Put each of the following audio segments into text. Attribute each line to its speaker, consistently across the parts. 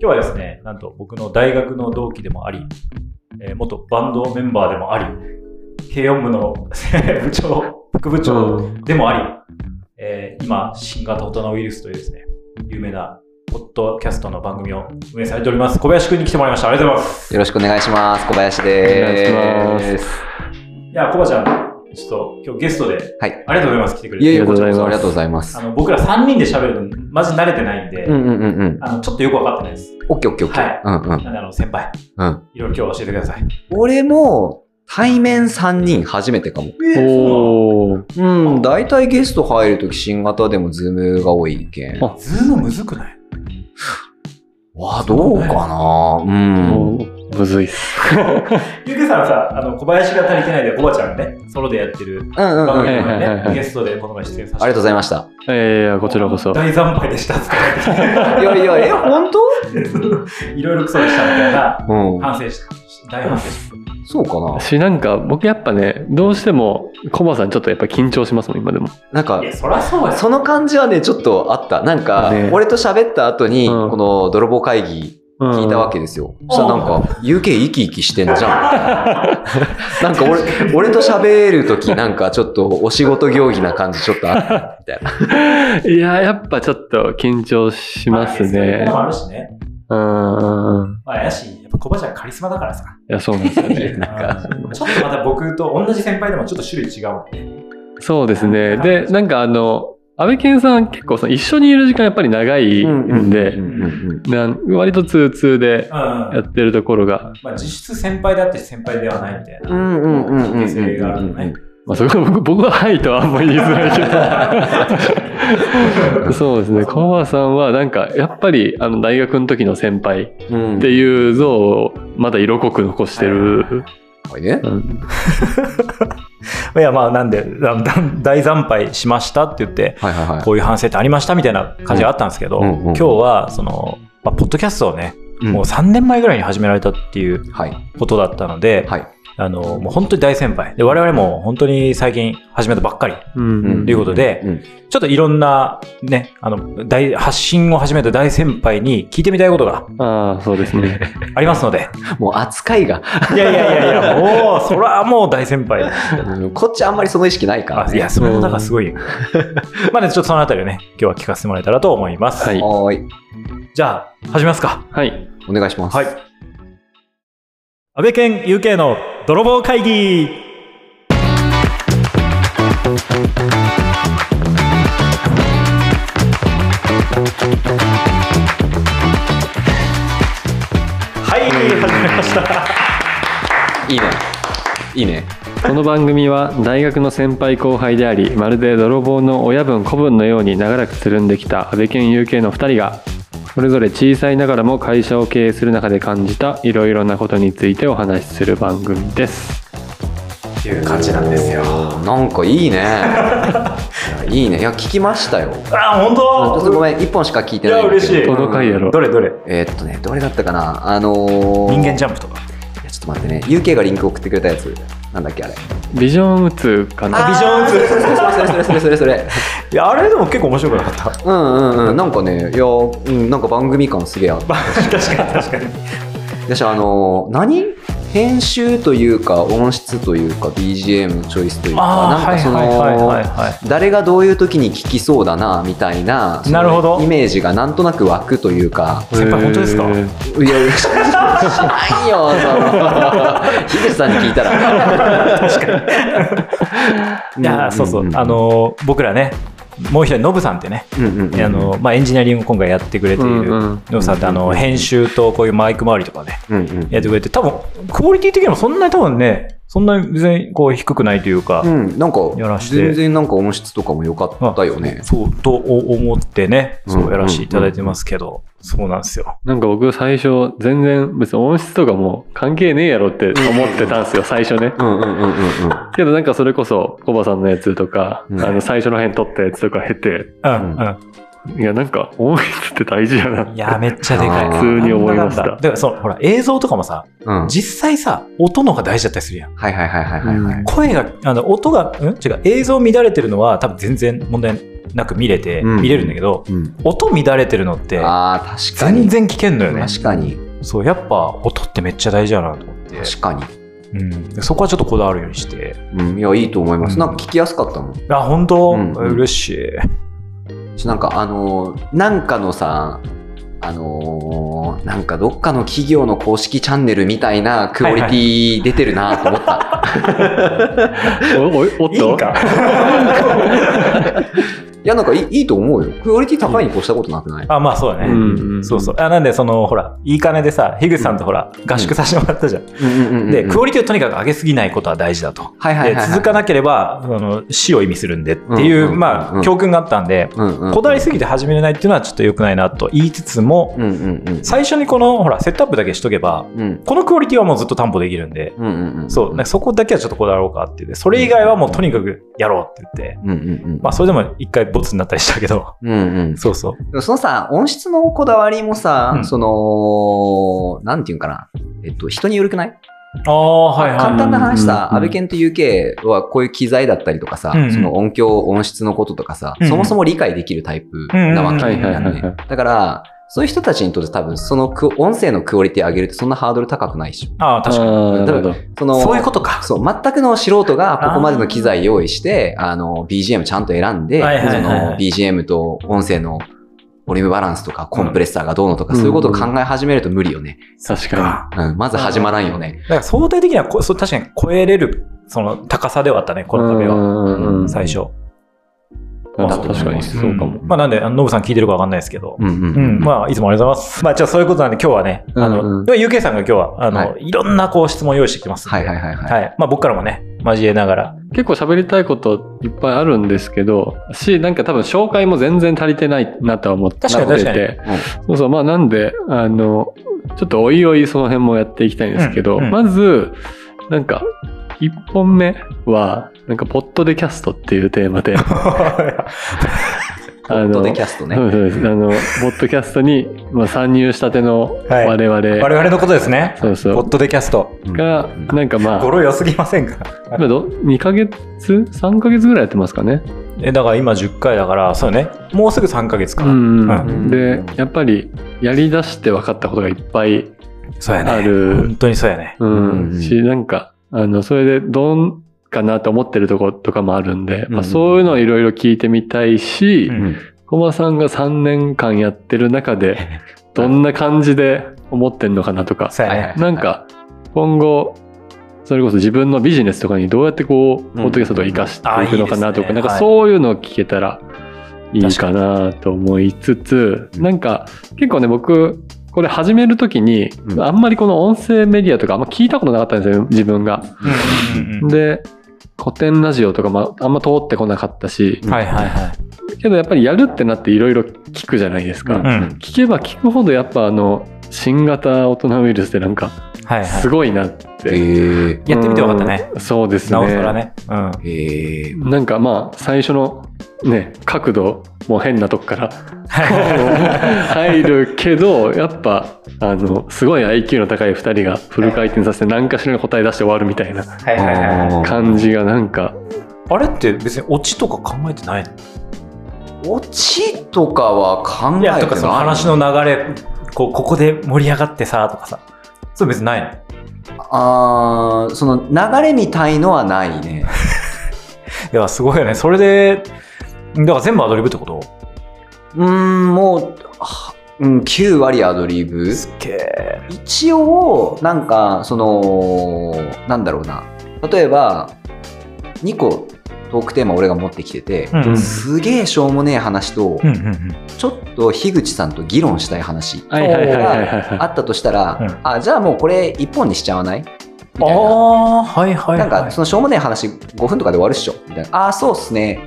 Speaker 1: 今日はですね、なんと僕の大学の同期でもあり、えー元バンドメンバーでもあり、軽音部の 部長、副部長でもあり、えー今、新型コロナウイルスというですね、有名なポッドキャストの番組を運営されております、小林くんに来てもらいました。ありがとうございます。
Speaker 2: よろしくお願いします。小林で
Speaker 3: お願いし
Speaker 2: す。
Speaker 1: いや、コバちゃん、ちょっと今日ゲストで、
Speaker 2: はい。
Speaker 1: ありがとうございます、来てくれて。
Speaker 2: いやいや、
Speaker 3: ありがと
Speaker 2: こ
Speaker 3: う
Speaker 2: ち
Speaker 3: ござい
Speaker 2: らこ
Speaker 3: ます
Speaker 2: そありがとうございます
Speaker 1: あ。の僕ら3人で喋るの、マジ慣れてないんで、
Speaker 2: うんうんうんうん。
Speaker 1: あのちょっとよく分かってないです。
Speaker 2: オッケーオッケーオッケ
Speaker 1: はい
Speaker 2: ー。うんうん
Speaker 1: なんで、あの、先輩、
Speaker 2: うん。
Speaker 1: いろいろ今日教えてください。
Speaker 2: 俺も、対面3人初めてかも。
Speaker 3: おー。
Speaker 2: うん、大体ゲスト入るとき新型でもズームが多いけん。
Speaker 3: あ
Speaker 1: ズームむずくない
Speaker 2: わあ、どうかなうん。
Speaker 3: もうむずいっす。
Speaker 1: ゆうけさんさ、あの、小林が足りてないで、コバちゃんね、ソロでやってる
Speaker 2: うんうんうん。
Speaker 1: 番
Speaker 2: あ
Speaker 1: 組
Speaker 2: り
Speaker 1: とか
Speaker 3: はいはいはいは
Speaker 1: ね、
Speaker 3: い
Speaker 1: ゲストでこの前出演させて
Speaker 2: がとうございました。
Speaker 3: いやいや、こちらこそ。
Speaker 1: 大惨敗でしたっつって
Speaker 2: いやい や、え、本当
Speaker 1: いろいろクソでしたみたいな、
Speaker 2: うん。
Speaker 1: 反省し、大反省し
Speaker 2: そうかな
Speaker 3: し、なんか、僕やっぱね、どうしても、コバさんちょっとやっぱ緊張しますもん、今でも。
Speaker 2: なん
Speaker 1: た。
Speaker 2: か
Speaker 1: いや、、そりゃそうや。
Speaker 2: その感じはね、ちょっとあった。なんか
Speaker 3: ね、
Speaker 2: 俺と喋った後に、
Speaker 3: うん
Speaker 2: この泥棒会議聞いたわけですよ。そしたらなん
Speaker 1: う
Speaker 2: か、UK 生き生きしてんじゃん。なんか俺、俺と喋るとき、なんかちょっとお仕事行儀な感じちょっとあったみたいな。
Speaker 3: け。 いや、やっぱちょっと緊張します
Speaker 1: そういう
Speaker 3: ね
Speaker 1: の。もあるしね。
Speaker 3: うんうんうん。
Speaker 1: まあ、やし、やっぱコバちゃんカリスマだからさ。
Speaker 3: いや、そうなんですよね。
Speaker 1: なんか、ちょっとまた僕と同じ先輩でもちょっと種類違うもんね。
Speaker 3: そうですね。で、なんかあの、安倍健さん結構その一緒にいる時間やっぱり長いんで、
Speaker 2: うんうんうん
Speaker 3: なん割と通通で
Speaker 1: うん
Speaker 3: やってるところが、
Speaker 1: まあ、実質先輩であって先輩ではないみたいな。
Speaker 2: うんうんうんうんうん
Speaker 1: 関係性があるのね。
Speaker 3: まあそこは僕僕ははいとはあんまり言いづらいけ ど、そうですね。小川さんはなんかやっぱりあの大学の時の先輩っ
Speaker 2: うん
Speaker 3: ていう像をまだ色濃く残してる。
Speaker 2: はいね。
Speaker 3: うん
Speaker 1: いや、まあ、なんで、だん大惨敗しましたって言って、
Speaker 2: はいはいはい。
Speaker 1: こういう反省ってありましたみたいな感じがあったんですけど、
Speaker 2: うんうんうん
Speaker 1: 今日は、その、まあ、ポッドキャストをね、
Speaker 2: うん
Speaker 1: もう3年前ぐらいに始められたっていう
Speaker 2: はい。
Speaker 1: ことだったので、
Speaker 2: はい。
Speaker 1: あの、もう本当に大先輩。で、我々も本当に最近始めたばっかり
Speaker 3: うん
Speaker 1: ということで、
Speaker 2: うん
Speaker 1: ちょっといろんなね、あの、大、発信を始めた大先輩に聞いてみたいことが
Speaker 3: ああ、そうですね。
Speaker 1: ありますので。
Speaker 2: もう扱いが、
Speaker 1: いやいやいやいや、もう、そらもう大先輩。
Speaker 2: うんこっちあんまりその意識ないから
Speaker 1: あ
Speaker 2: ね。
Speaker 1: いや、それもなんかすごい。まあね、ちょっとそのあたりをね、今日は聞かせてもらえたらと思います。
Speaker 3: はい。
Speaker 2: はーい。
Speaker 1: じゃあ、始めますか。
Speaker 3: はい。
Speaker 2: お願いします。
Speaker 1: はい。安倍県 UK の泥棒会議。はい、始めました。
Speaker 2: いいね。いいね。
Speaker 3: この番組は大学の先輩後輩であり、まるで泥棒の親分子分のように長らくつるんできた安倍健有形の2人が、それぞれ小さいながらも会社を経営する中で感じたいろいろなことについてお話しする番組です。
Speaker 1: っていう感じなんですよ。
Speaker 2: おー。なんかいいね。いやいいね。いや、聞きましたよ。
Speaker 1: あ、本
Speaker 2: ちょっとご
Speaker 1: 当。
Speaker 2: めん、一本しか聞いてないんだけど。
Speaker 1: いや嬉しい
Speaker 3: どの回やろ
Speaker 1: どれどれ。
Speaker 2: えーっとね、どれだったかなあのー、
Speaker 1: 人間ジ
Speaker 2: ゃ
Speaker 1: ャンプとか。
Speaker 2: いや、ちょっと待ってね。UK がリンク送ってくれたやつ。なんだっけ、あれ。
Speaker 3: ビジョン打つかな
Speaker 1: あビジョンズ
Speaker 2: あーそれそれそれそれそれそれ。
Speaker 1: いや、あれでも結構面白くなかった。
Speaker 2: うんうんうん。なんかね、いや、うん、なんか番組感すげえあった。
Speaker 1: 確かに確かに。
Speaker 2: だし、あのー、何編集というか、音質というか、BGM のチョイスというか、
Speaker 1: あ
Speaker 2: な
Speaker 1: あー、
Speaker 2: ん
Speaker 1: は
Speaker 2: か
Speaker 1: い
Speaker 2: そ
Speaker 1: はいはいはい
Speaker 2: の、
Speaker 1: はい。
Speaker 2: 誰がどういう時に聞きそうだな、みたいな、その
Speaker 1: なるほど
Speaker 2: イメージがなんとなく湧くというか、
Speaker 1: 先輩本当ですか
Speaker 3: えー
Speaker 2: いや、しないよ、その。樋口さんに聞いたら。確か
Speaker 1: いやーそうそう、あ、のー僕らねもう一人ノブさんってね、
Speaker 2: うんうんうん
Speaker 1: あのーまあ、エンジニアリングを今回やってくれている、
Speaker 3: うんうん
Speaker 1: ノブさんってあのー編集とこういうマイク周りとかね
Speaker 2: うんうん
Speaker 1: やってくれて多分クオリティ的にもそんなに多分ねそんなに別にこう低くないというか、
Speaker 2: うん、なんか
Speaker 1: やらして
Speaker 2: 全然なんか音質とかも良かったよね。
Speaker 1: そうと思ってね
Speaker 2: うん
Speaker 1: そうやらせていただいてますけど、そうなんですよ
Speaker 3: なんか僕最初全然別に音質とかもう関係ねえやろって思ってたん ですよ、最初ね。
Speaker 2: うんうんうんうんうん。
Speaker 3: けどなんかそれこそコバさんのやつとか、
Speaker 2: うん
Speaker 3: あの最初の辺撮ったやつとか経て、
Speaker 1: うん
Speaker 2: う
Speaker 1: う
Speaker 3: いや、なんか、音質って大事やな っ
Speaker 1: ん
Speaker 3: て。
Speaker 1: いやーめっちゃでかい
Speaker 2: あー
Speaker 3: 普通に思いました
Speaker 1: なんだかんだだからそのほら映像とかもさ
Speaker 2: うん。はい
Speaker 1: 実際さ音の方が大事だったりするやん
Speaker 2: はいはいはいはいはい。
Speaker 3: うん
Speaker 1: 声が、あの、音が、ん違う、映像乱れてるのは多分全然問題なく見れて、
Speaker 2: うん
Speaker 1: 見れるんだけど、
Speaker 2: うん。
Speaker 1: 音乱れてるのって、
Speaker 2: ああ、確か
Speaker 1: 全
Speaker 2: に。
Speaker 1: 然聞けんのよね。
Speaker 2: 確かに。
Speaker 1: そう、やっぱ音ってめっちゃ大事だなと思って。
Speaker 2: 確かに。
Speaker 1: うん、そこはちょっとこだわるようにして。
Speaker 2: うん、いや、いいと思いま
Speaker 1: う
Speaker 2: す。
Speaker 1: ん
Speaker 2: なんか聞きやすかったもん。
Speaker 1: あ、本当、
Speaker 2: うん
Speaker 1: 嬉しい。
Speaker 2: ちょなんかあのーなんかのさあのーなんかどっかの企業の公式チャンネルみたいなクオリティ出てるなと思った、
Speaker 3: おおおっと
Speaker 1: いいんか。
Speaker 2: い、やなんかいいいいと思うよクオリティ高いに越したことなくない、
Speaker 1: あ、まあそうだ
Speaker 3: う
Speaker 1: ね。
Speaker 3: んうんん、
Speaker 1: そうそう。あ、なんでその、ほら、いい金でさ、樋口さんとほら、合宿させてもらったじゃん。
Speaker 2: うんうんうんうん
Speaker 1: で、クオリティをとにかく上げすぎないことは大事だと。
Speaker 2: はいはい
Speaker 1: で
Speaker 2: はい、はい、
Speaker 1: 続かなければ、あの死を意味するんでっていう、
Speaker 2: うんうんうんうん
Speaker 1: まあ、教訓があったんで、
Speaker 2: うんうん
Speaker 1: こだわりすぎて始めれないっていうのはちょっと良くないなと言いつつも、
Speaker 2: うんうんうん
Speaker 1: 最初にこの、ほら、セットアップだけしとけば、
Speaker 2: うん
Speaker 1: このクオリティはもうずっと担保できるんで、
Speaker 2: うんうんうん
Speaker 1: そう、なんかそこだけはちょっとこだわろうかって言って、それ以外はもうとにかくやろうって言って、
Speaker 2: うんうんうん
Speaker 1: まあそれでも一回ボツになったりしたけど、
Speaker 2: うんうん
Speaker 1: そうそう。
Speaker 2: でもそのさ音質のこだわりもさ、
Speaker 1: うん
Speaker 2: そのなんていうんかなえっと人によるくない
Speaker 1: ああ、はいはい。
Speaker 2: 簡単な話さ、
Speaker 3: うん
Speaker 2: 安倍健と UK はこういう機材だったりとかさ、
Speaker 1: うんうん
Speaker 2: その音響、音質のこととかさ、
Speaker 1: うん
Speaker 2: そもそも理解できるタイプなわけ
Speaker 1: うんうん
Speaker 2: なの
Speaker 3: はいはいはいは
Speaker 2: ね。だから、そういう人たちにとって多分、そのク音声のクオリティ上げるってそんなハードル高くないでしょ。
Speaker 1: ああ、確かに。
Speaker 3: あーなるほど
Speaker 2: その
Speaker 1: そういうことか。
Speaker 2: そう、全くの素人がここまでの機材用意して、あの、BGM ちゃんと選んで、
Speaker 1: はいはいはいはい
Speaker 2: その BGM と音声のボリュームバランスとか、コンプレッサーがどうのとか、そういうことを考え始めると無理よね。
Speaker 3: 確か
Speaker 2: うん、まず始まらんよね。
Speaker 1: だから相対的にはこ、そう確かに超えれる、その高さではあったね、
Speaker 3: に
Speaker 1: この壁は。
Speaker 3: うんうんうん
Speaker 1: 最初。
Speaker 3: あ
Speaker 1: だと思います
Speaker 3: 確かにそうかも、
Speaker 1: んまあなんで、あのノブさん聞いてるかわかんないですけど。
Speaker 2: うんうん
Speaker 1: うん、まあ、いつもありがとうございます。まあ、じゃあ、そういうことなんで、今日はね、あの、
Speaker 3: うんうん
Speaker 1: では UK さんが今日は、あの、、
Speaker 2: はい
Speaker 1: ろんなこう質問用意してきますんで
Speaker 2: はいはいはいはい。
Speaker 1: はい。まあ、僕からもね、交えながら。
Speaker 3: 結構喋りたいこといっぱいあるんですけどしなんか多分紹介も全然足りてないなとは思って
Speaker 1: 確かに確かに
Speaker 3: てそうそうまあなんであのちょっとおいおいその辺もやっていきたいんですけど、
Speaker 1: うんうん
Speaker 3: まずなんか1本目はなんか「ポッドでキャスト」っていうテ ーマであ
Speaker 2: ポッド
Speaker 3: の
Speaker 2: でキャストね。
Speaker 3: そうですそうですあの、ポッドキャストに、まあ、参入したての
Speaker 1: はい
Speaker 3: 我々、
Speaker 1: 我々のことですね。
Speaker 3: そうそ
Speaker 1: ポ
Speaker 3: う
Speaker 1: ッドでキャスト。
Speaker 3: が、なんかまあ
Speaker 1: 語、呂良すぎませんか
Speaker 3: 今ど2ヶ月 ?3 ヶ月ぐらいやってますかね。
Speaker 1: え、だから今10回だから、そうね。もうすぐ3ヶ月か。
Speaker 3: うん、
Speaker 1: うん
Speaker 3: で、やっぱり、やりだして分かったことがいっぱい
Speaker 1: そうやね。
Speaker 3: ある
Speaker 1: 本当にそうやね。
Speaker 3: うん
Speaker 2: うんうん
Speaker 3: し、なんか、あの、それで、どんかなと思ってるとことかもあるんで、
Speaker 2: うん
Speaker 3: まあ、そういうのをいろいろ聞いてみたいし
Speaker 1: う、
Speaker 2: うん
Speaker 3: 駒、さんが3年間やってる中で、どんな感じで思ってんのかなとか、
Speaker 1: そうや
Speaker 2: はいは
Speaker 1: ね
Speaker 2: い。
Speaker 3: なんか、今後、それこそ自分のビジネスとかにどうやってこう、ポッドキャストを生かしていくのかなと
Speaker 1: あ
Speaker 3: か、
Speaker 1: いいですね
Speaker 3: なん
Speaker 1: は
Speaker 3: か
Speaker 1: い
Speaker 3: そういうのを聞けたらいいかなと思いつつ、
Speaker 2: うん
Speaker 3: なんか結構ね、僕、これ始めるときに、
Speaker 2: うん
Speaker 3: あんまりこの音声メディアとかあんま聞いたことなかったんですよ、自分が。
Speaker 1: うんうんうん
Speaker 3: で、古典ラジオとかもあんま通ってこなかったし、
Speaker 1: はいはいはい。
Speaker 3: けどやっぱりやるってなっていろいろ聞くじゃないですか。
Speaker 1: ん
Speaker 3: 聞けば聞くほどやっぱあの、新型オトナウイルスってなんか
Speaker 1: はいは
Speaker 3: すごいなって。
Speaker 2: え
Speaker 1: い。やってみてよかったね。
Speaker 3: うん。そうですね。
Speaker 1: なおさらね。うん。
Speaker 2: ー、えー、
Speaker 3: なんかまあ、最初のね、角度も変なと こから入るけど、やっぱ、あの、すごい IQ の高い2人がフル回転させて何かしらの答え出して終わるみたいな
Speaker 1: はいはいはいはい。
Speaker 3: 感じがなんか、
Speaker 1: あれって別にオチとか考えてない
Speaker 2: 落ちとかは考え
Speaker 1: い
Speaker 2: てな
Speaker 1: や、
Speaker 2: い
Speaker 1: とかその話の流れ、こう、ここで盛り上がってさ、とかさ。そう別にないの。い
Speaker 2: あーその流れみたいのはないね
Speaker 1: や、すごいよね。それで、だから全部アドリブってこと
Speaker 2: うーんもう、はうん、9割アドリブ
Speaker 1: すっげえ。
Speaker 2: 一応なんかそのなんだろうな例えば2個トークテーマ俺が持ってきてて、
Speaker 1: うんうん
Speaker 2: すげえしょうもねえ話と、
Speaker 1: うんうんうん。
Speaker 2: ちょっと樋口さんと議論したい話
Speaker 3: はいはいはいはいはい
Speaker 2: あ
Speaker 3: は
Speaker 2: ったとしたら、
Speaker 1: うん
Speaker 2: あじゃあもうこれ1本にしちゃわないみた
Speaker 1: あ
Speaker 2: いな
Speaker 1: あ、はいはいは。
Speaker 2: ないんかそのしょうもねえ話5分とかで終わるっしょみたいなああそうっすね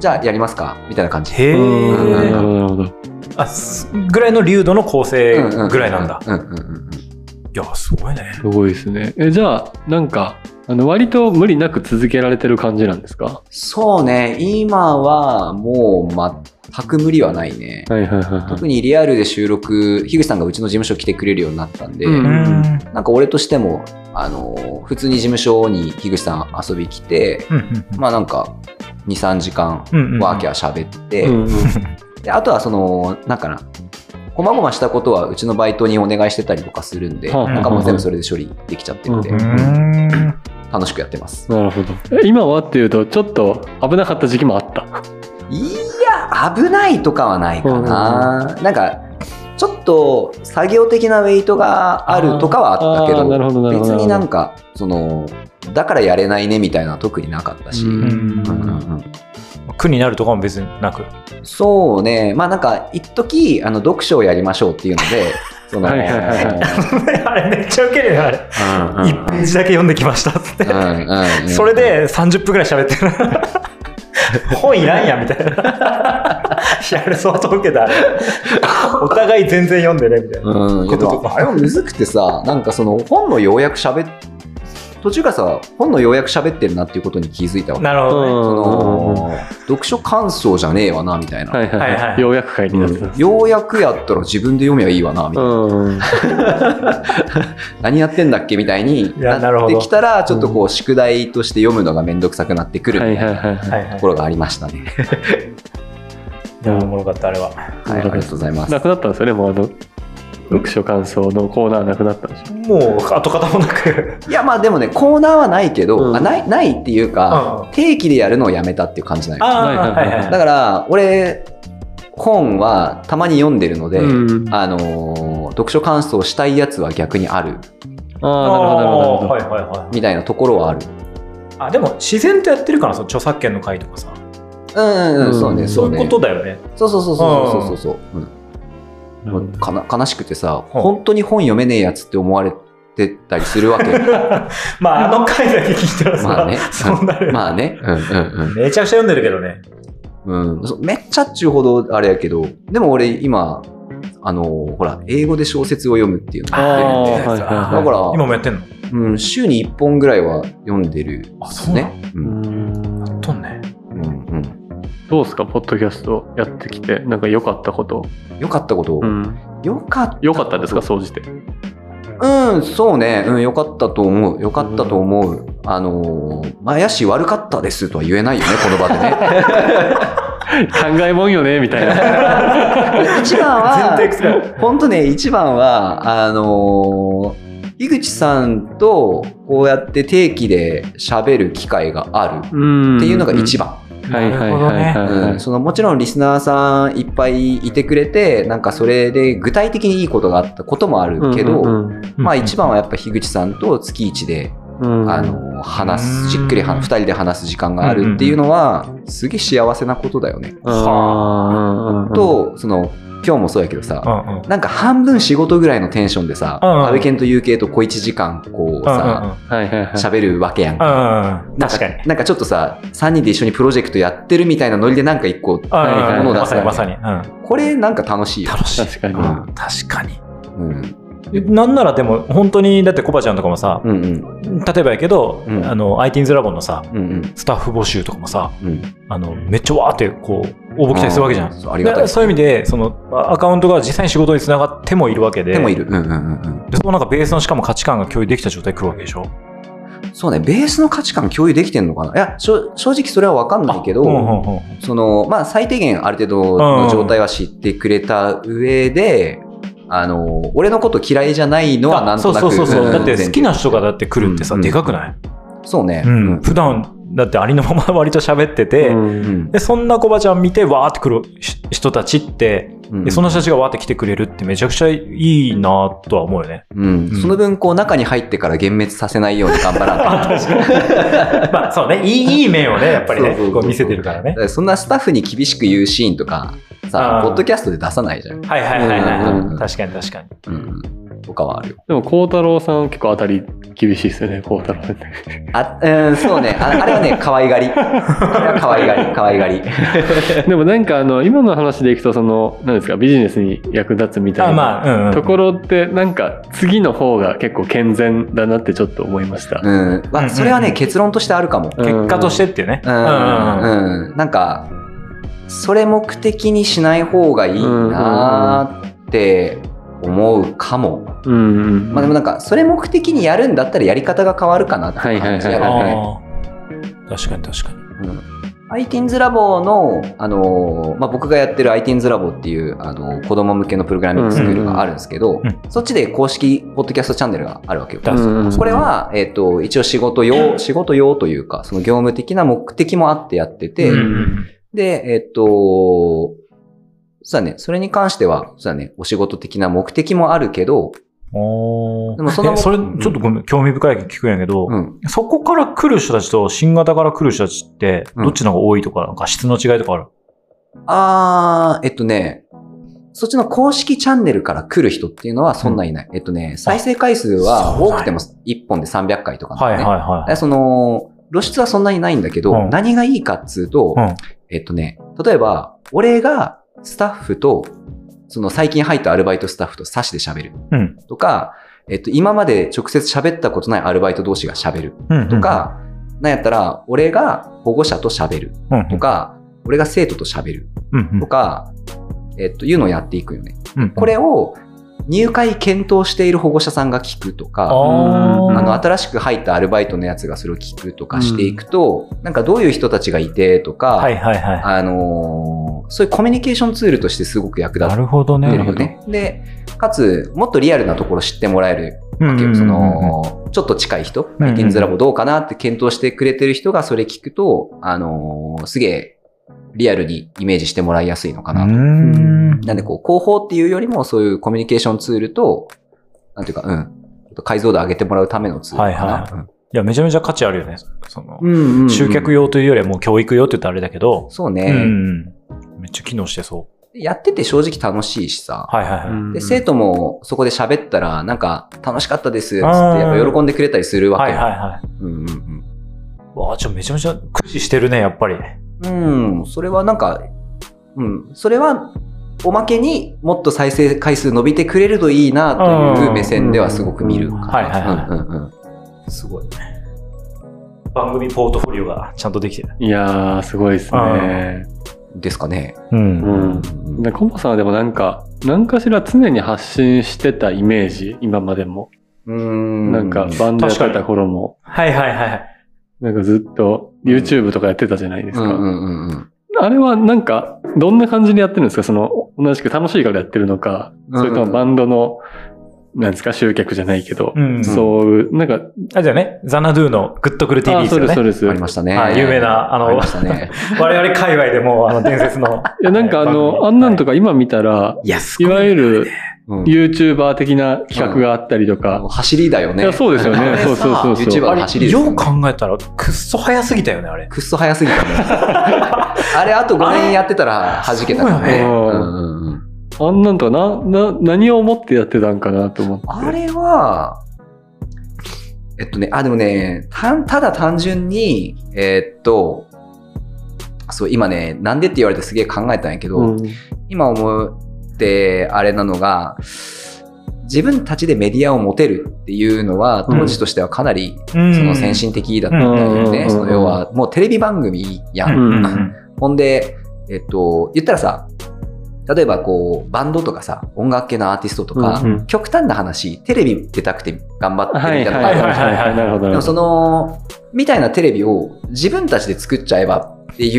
Speaker 2: じゃあやりますかみたいな感じ
Speaker 1: へ
Speaker 3: い。
Speaker 1: え。
Speaker 3: うんなる
Speaker 2: ー
Speaker 3: ほどなるほど。
Speaker 1: あ、すぐらいの流度の構成ぐらいなんだ。
Speaker 2: うんうんうんうん
Speaker 1: いや、すごいね。
Speaker 3: すごいですね。え、じゃあ、なんか、あの割と無理なく続けられてる感じなんですか
Speaker 2: そうね今はもう全く無理はないね
Speaker 3: はいはいはいは
Speaker 2: 特にリアルで収録樋口さんがうちの事務所来てくれるようになったんで、
Speaker 3: うん
Speaker 1: うん。
Speaker 2: なんか俺としてもあの普通に事務所に樋口さん遊び来て
Speaker 1: うんうんうん
Speaker 2: まあなんか23時間
Speaker 1: うんうんうん
Speaker 2: ワーキャー喋って、
Speaker 3: うんうん
Speaker 2: であとはそのなんかなこまごましたことはうちのバイトにお願いしてたりとかするんで、
Speaker 3: はい
Speaker 2: なんかもう全部それで処理できちゃってるんで、
Speaker 3: うんうん
Speaker 1: ん
Speaker 2: 楽しくやってます。
Speaker 3: なるほどえ今はっていうとちょっと危なかった時期もあった
Speaker 2: いや、危ないとかはないかな。なんか、ちょっと作業的なウェイトがあるとかはあったけ
Speaker 3: あー
Speaker 2: ど、
Speaker 3: なるほどなるほど
Speaker 2: 別になんか、その、だからやれないねみたいなのは特になかったし。
Speaker 3: うん
Speaker 2: うんうんうん
Speaker 1: 苦になるとかも別になく。
Speaker 2: そうね、まあなんか、一時あの読書をやりましょうっていうので、 その、
Speaker 3: はいはいはいはい
Speaker 1: あれめっちゃウケるね、あれ。
Speaker 2: うんうん
Speaker 1: 1ページだけ読んできましたっつって。
Speaker 2: うんうんうん
Speaker 1: それで30分ぐらい喋ってる。 本いらんや、みたいな。 いや、あれ相当ウケた。あれお互い全然読んでね、みたいな。
Speaker 2: うん、いや
Speaker 1: こととか
Speaker 2: でもあれもむずくてさ、なんかその本の要約しゃべっ、途中からさ、本の要約しゃべってるなっていうことに気づいたわけ。
Speaker 1: なるほどね。
Speaker 2: そ
Speaker 3: うん
Speaker 2: の読書感想じゃねえわな、みたいな。
Speaker 3: はいはい
Speaker 1: はい
Speaker 3: は
Speaker 1: はいい
Speaker 3: ようやく会になってた
Speaker 2: ようやくやったら自分で読めばいいわな、みたいな。
Speaker 3: うん
Speaker 2: 何やってんだっけみたいに
Speaker 1: いやなる
Speaker 2: なっ
Speaker 1: ほど
Speaker 2: てきたら、ちょっとこう、宿題として読むのがめんどくさくなってくる
Speaker 3: は
Speaker 2: み
Speaker 3: い
Speaker 2: たい
Speaker 3: はい
Speaker 2: な
Speaker 3: はいは
Speaker 1: はいいはい
Speaker 2: ところがありましたね。
Speaker 1: いやおもろかった、あれは。
Speaker 2: はい、ありがとうございます
Speaker 3: な。くなったんですよねもうあの読書感想のコーナーなくなったんでしょ
Speaker 1: もう、跡形もなく。
Speaker 2: いや、まあでもね、コーナーはないけど、
Speaker 3: うん
Speaker 2: あない、ないっていうか、
Speaker 1: あ
Speaker 2: 定期でやるのをやめたっていう感じなのよ。
Speaker 1: あー、
Speaker 3: は
Speaker 1: はいい
Speaker 3: はいはい
Speaker 1: は
Speaker 2: だ
Speaker 1: い。
Speaker 2: から、俺、本はたまに読んでるので、
Speaker 3: うん
Speaker 2: あのー読書感想したいやつは逆にある、
Speaker 3: ああなるほどなるほどなる
Speaker 1: あ
Speaker 3: ほど、
Speaker 1: ーはいはいはい。
Speaker 2: みたいなところはある。
Speaker 1: あでも自然とやってるからその著作権の会とかさ
Speaker 2: うん、うん、うん、そう
Speaker 3: うん
Speaker 2: ね、
Speaker 1: そ
Speaker 2: そう
Speaker 1: ういう
Speaker 2: ね。
Speaker 1: ことだよね
Speaker 2: そうそうそうそうそうそうそう。うん
Speaker 3: うん
Speaker 2: かな悲しくてさ、
Speaker 1: うん
Speaker 2: 本当に本読めねえやつって思われてたりするわ け。
Speaker 1: まああの回だけ聞いたらさ、
Speaker 2: まあね
Speaker 1: そうなる、
Speaker 2: まあね。うんうん
Speaker 1: めちゃくちゃ読んでるけどね
Speaker 2: うん。うん、そうめっちゃっちゅうほどあれやけど、でも俺今、あのーほら、英語で小説を読むっていうのをやってるん
Speaker 3: あ
Speaker 2: で、
Speaker 3: ーはいはいはい
Speaker 2: だから
Speaker 1: 今もやってんの
Speaker 2: うん、週に1本ぐらいは読んでるですね。うん
Speaker 3: うん
Speaker 1: とんね
Speaker 2: うんうん
Speaker 3: どうですかポッドキャストやってきてなんか良かったこと、
Speaker 2: 良かったこと、
Speaker 3: うん、
Speaker 2: 良かった。
Speaker 3: 良かったですか総じて
Speaker 2: うん、そうね。うん、良かったと思う。良かったと思う。あのー、まあ、やし悪かったですとは言えないよね、この場でね。
Speaker 3: 考えもんよねみたいな
Speaker 2: 一番は、
Speaker 1: 全然違う
Speaker 2: 本当ね、一番は、あのー井口さんとこうやって定期で喋る機会がある
Speaker 3: うん
Speaker 2: っていうのが一番。
Speaker 3: はいはいはいはい
Speaker 1: なるほ
Speaker 3: はい、
Speaker 2: うん、そのもちろんリスナーさんいっぱいいてくれてなんかそれで具体的にいいことがあったこともあるけど、
Speaker 3: うんうん
Speaker 2: まあ、一番はやっぱ樋口さんと月一で、
Speaker 3: うんうん
Speaker 2: あの話
Speaker 1: うん
Speaker 2: すじっくり話2人で話す時間があるっていうのは、すげえ幸せなことだよね。
Speaker 3: あーうんうんうん
Speaker 2: とその今日もそうやけどさ、
Speaker 1: うんうん
Speaker 2: なんか半分仕事ぐらいのテンションでさ、
Speaker 1: うんうん
Speaker 2: 安倍健と UK と小1時間こう
Speaker 1: うんうん
Speaker 2: さ、
Speaker 3: はいはいはい
Speaker 2: 喋るわけやん
Speaker 1: う
Speaker 2: か。
Speaker 1: んうん確かに
Speaker 2: なんかちょっとさ、3人で一緒にプロジェクトやってるみたいなノリでなんか一個、
Speaker 3: はいはい
Speaker 1: うんうんうん
Speaker 2: 物
Speaker 1: ま
Speaker 2: 出す
Speaker 1: さ
Speaker 2: よ
Speaker 1: に
Speaker 2: ね
Speaker 1: まさに、うん、
Speaker 2: これなんか楽しいよ。
Speaker 1: 楽しい
Speaker 3: 確かに、
Speaker 2: うん
Speaker 1: 確かに
Speaker 2: うん。
Speaker 1: えなんならでも本当にだってコバちゃんとかもさ、
Speaker 2: うんうん。
Speaker 1: 例えばやけど、
Speaker 2: うん
Speaker 1: あの IT's ラボのさ
Speaker 2: うんうん。
Speaker 1: スタッフ募集とかもさ
Speaker 2: うん。
Speaker 1: あのめっちゃわーってこう応募来たりするわけじゃん
Speaker 2: うそうありがたい。
Speaker 1: そういう意味でそのあアカウントが実際に仕事につながってもいるわけで
Speaker 2: でもいる。うんうんうん
Speaker 1: でそのなんかベースのしかも価値観が共有できた状態で来るわけでしょ
Speaker 2: うん。そうね、ベースの価値観共有できてんのかないや、しょ正直それはわかんないけど、
Speaker 1: うんうんうん
Speaker 2: その、まあ最低限ある程度の状態は知ってくれた上で、あの、俺のこと嫌いじゃないのはなんとなく。
Speaker 1: そうそうそうそう、
Speaker 2: ん
Speaker 1: だって好きな人がだって来るってさ、
Speaker 2: うん
Speaker 1: でかくない、
Speaker 2: そうね。
Speaker 1: うん普段だってありのまま 割と喋ってて、
Speaker 3: うん
Speaker 2: ん
Speaker 1: でそんなコバちゃん見てわーって来るし人たちって、
Speaker 2: うん
Speaker 1: でその人たちがわーって来てくれるってめちゃくちゃいいなとは思うよ ね
Speaker 2: うん、その分、こう、中に入ってから幻滅させないように頑張らなきゃ
Speaker 1: 確かにまあそうねいいいい面をねやっぱりね
Speaker 2: そうそうそうそう
Speaker 1: こう見せてるからね
Speaker 2: だからそんなスタッフに厳しく言うシーンとか、さ
Speaker 1: あ、ー
Speaker 2: ポッドキャストで出さないじゃん。
Speaker 1: はいはいはいはい、
Speaker 2: うんうんうん
Speaker 1: 確かに確かに
Speaker 2: うん。とかはあるよ。
Speaker 3: でも孝太郎さん結構当たり厳しいですよね孝太郎さんって
Speaker 2: あ、うん、そうね。ああれはね、可愛 がり。あれは可愛がり、可愛がり。
Speaker 3: でもなんかあの今の話でいくとその何ですかビジネスに役立つみた
Speaker 1: あ
Speaker 3: いな
Speaker 1: まあうんうん
Speaker 3: ところってなんか次の方が結構健全だなってちょっと思いました。
Speaker 2: うん。まあ、それは
Speaker 1: うんうんう
Speaker 2: ね、
Speaker 1: ん
Speaker 2: 結論としてあるかも。
Speaker 1: 結果としてっていうね
Speaker 2: う
Speaker 1: うんうんうん
Speaker 2: ん。うん。なんか、それ目的にしない方がいいなーって思うかも。
Speaker 3: うんうんうん
Speaker 2: まあでもなんか、それ目的にやるんだったらやり方が変わるかなって感じや
Speaker 3: はいはい
Speaker 2: からね。
Speaker 1: あー確かに確かに
Speaker 2: うん iTeens ラボの、あのーまあ、僕がやってる iTeens ラボっていう、あのー子供向けのプログラミングスクールがあるんですけど、
Speaker 1: んうん
Speaker 2: そっちで公式ポッドキャストチャンネルがあるわけよ。
Speaker 1: うん
Speaker 3: うんうん
Speaker 2: これは、えっ、と、一応仕事用、仕事用というか、その業務的な目的もあってやってて、
Speaker 1: うん
Speaker 2: で、えっ、と、そうだね、それに関しては、そうだね、お仕事的な目的もあるけど、
Speaker 1: おー
Speaker 2: でもその
Speaker 1: えそれ、ちょっとごめん、興味深い聞くんやけど、
Speaker 2: うん。
Speaker 1: そこから来る人たちと新型から来る人たちって、
Speaker 2: うん
Speaker 1: どっちの方が多いとか、なんか質の違いとかある
Speaker 2: あー、えっとね、そっちの公式チャンネルから来る人っていうのはそんないない。えっとね、再生回数
Speaker 1: そ
Speaker 2: は
Speaker 1: うなんや
Speaker 2: 多くても1本で300回とか
Speaker 1: はい
Speaker 2: な
Speaker 1: は
Speaker 2: ん
Speaker 1: い
Speaker 2: だね。
Speaker 1: はい。
Speaker 2: でその、露出はそんなにないんだけど、
Speaker 1: うん
Speaker 2: 何がいいかっつうと、
Speaker 1: うん
Speaker 2: えっとね、例えば、俺がスタッフと、その最近入ったアルバイトスタッフと差しで喋る
Speaker 1: うん。
Speaker 2: とか、えっと、今まで直接喋ったことないアルバイト同士が喋る
Speaker 1: うん。
Speaker 2: とか、なんやったら、俺が保護者と喋る
Speaker 1: うん、うん
Speaker 2: とか、俺が生徒と喋る
Speaker 1: うんうん
Speaker 2: とか、えっと、いうのをやっていくよね。
Speaker 1: うん
Speaker 2: これを入会検討している保護者さんが聞くとか、
Speaker 1: ー
Speaker 2: あの新しく入ったアルバイトのやつがそれを聞くとかしていくと、なんかどういう人たちがいてとか、
Speaker 1: はいはいは
Speaker 2: あのーそういうコミュニケーションツールとしてすごく役
Speaker 1: い。
Speaker 2: 立
Speaker 1: な
Speaker 2: っ
Speaker 1: るほどね。
Speaker 2: てるよね。で、かつ、もっとリアルなところ知ってもらえる
Speaker 1: うんうん
Speaker 2: わ
Speaker 1: うん
Speaker 2: け
Speaker 1: う
Speaker 2: よ。
Speaker 1: ん
Speaker 2: その、ちょっと近い人、
Speaker 1: うんうん
Speaker 2: アイテンズラボどうかなって検討してくれてる人がそれ聞くと、あのーすげえリアルにイメージしてもらいやすいのかなと。
Speaker 1: うん。
Speaker 2: なんでこう、広報っていうよりも、そういうコミュニケーションツールと、なんていうか、うん。解像度上げてもらうためのツールかな。
Speaker 1: はいはいいや、めちゃめちゃ価値あるよね。その、
Speaker 2: うんうんうん
Speaker 1: 集客用というよりはもう教育用って言ったらあれだけど、
Speaker 2: そう
Speaker 1: うん
Speaker 2: ね、
Speaker 1: うん。めっちゃ機能してそう。
Speaker 2: やってて正直楽しいしさ。
Speaker 1: はいはいはい。
Speaker 2: で、生徒もそこで喋ったら、なんか、楽しかったです、つって、
Speaker 1: あー
Speaker 2: やっぱ喜んでくれたりするわ
Speaker 1: は
Speaker 2: け
Speaker 1: い
Speaker 2: よ。
Speaker 1: はいは
Speaker 2: うんうん
Speaker 1: い。わあ、じゃあめちゃめちゃ駆使してるね、やっぱり。
Speaker 2: うん。うん、それはなんか、うん、それは、おまけにもっと再生回数伸びてくれるといいなという目線ではすごく見るかな。
Speaker 1: はいはいはい
Speaker 2: うんうんうん
Speaker 1: すごい。番組ポートフォリオがちゃんとできてる。
Speaker 3: いやー、すごいですね。
Speaker 2: ですかね。
Speaker 1: う。
Speaker 3: うんん。
Speaker 2: うん
Speaker 3: で、コンボさんはでもなんか、何かしら常に発信してたイメージ、今までも。
Speaker 2: うん
Speaker 3: なんか、バンドやっ
Speaker 1: 確
Speaker 3: て
Speaker 1: か
Speaker 3: た
Speaker 1: に
Speaker 3: 頃も、
Speaker 1: はいはいはい。
Speaker 3: なんかずっと YouTube とかやってたじゃないです
Speaker 2: うんう
Speaker 3: か。
Speaker 2: んうんうん。
Speaker 3: あれはなんか、どんな感じでやってるんですかその、同じく楽しいからやってるのか、
Speaker 2: うん
Speaker 3: それともバンドの、なんですか、集客じゃないけど
Speaker 1: う、ん。
Speaker 3: そういう、なんか、
Speaker 1: あれだよね。ザナドゥのグッとくる TV
Speaker 3: あ、
Speaker 1: です
Speaker 3: そう
Speaker 1: よ
Speaker 3: です、
Speaker 1: ね
Speaker 3: そ。うです。
Speaker 2: ありましたね。
Speaker 1: はい有名なあの
Speaker 2: ありましたね。
Speaker 1: 我々界隈でもう、あの、伝説の。
Speaker 3: いや、なんかあの、あんなんとか今見たら、
Speaker 2: いや、す
Speaker 3: いわゆる
Speaker 2: うん、
Speaker 3: YouTuber 的な企画があったりとか、
Speaker 2: 走りだよ
Speaker 3: い
Speaker 2: ね。
Speaker 3: や、そうですよ
Speaker 1: あれ
Speaker 3: ね。
Speaker 1: さ
Speaker 3: そうそうそうそう。
Speaker 2: YouTuber
Speaker 1: あ
Speaker 2: の走り
Speaker 1: れ、
Speaker 2: です
Speaker 1: よ
Speaker 2: よ
Speaker 1: う
Speaker 2: ね。
Speaker 1: 考えたら、くっそ早すぎたよね、あれ。
Speaker 2: くっそ早すぎたね。 あれ、あと5年やってたら弾けたからね。
Speaker 3: そう
Speaker 2: う
Speaker 3: よね
Speaker 2: んうんうん
Speaker 3: あんなんとかな、な、何を思ってやってたんかなと思って。
Speaker 2: あれは、えっとね、あ、でもね、たただ単純に、えーっと、そう、今ね、なんでって言われてすげえ考えたんやけど、
Speaker 3: うん
Speaker 2: 今思ってあれなのが自分たちでメディアを持てるっていうのは
Speaker 3: うん
Speaker 2: 当時としてはかなり
Speaker 1: そ
Speaker 2: その先。進的だったんだよね、
Speaker 3: うん
Speaker 2: その要はもうテレビ番組やん、
Speaker 3: うん
Speaker 2: ほんで、えっと、言ったらさ例えばこうバンドとかさ音楽系のアーティストとか、
Speaker 3: うんうん
Speaker 2: 極端な話テレビ出たくて頑張って
Speaker 3: は
Speaker 2: るみ
Speaker 3: い
Speaker 2: た
Speaker 3: はいい
Speaker 2: な
Speaker 3: はいはい
Speaker 1: は
Speaker 3: はいい。なるほど。
Speaker 2: で
Speaker 3: なる
Speaker 2: も
Speaker 3: ほ
Speaker 2: そ
Speaker 3: ど
Speaker 2: のみたいなテレビを自分たちで作っちゃえばってい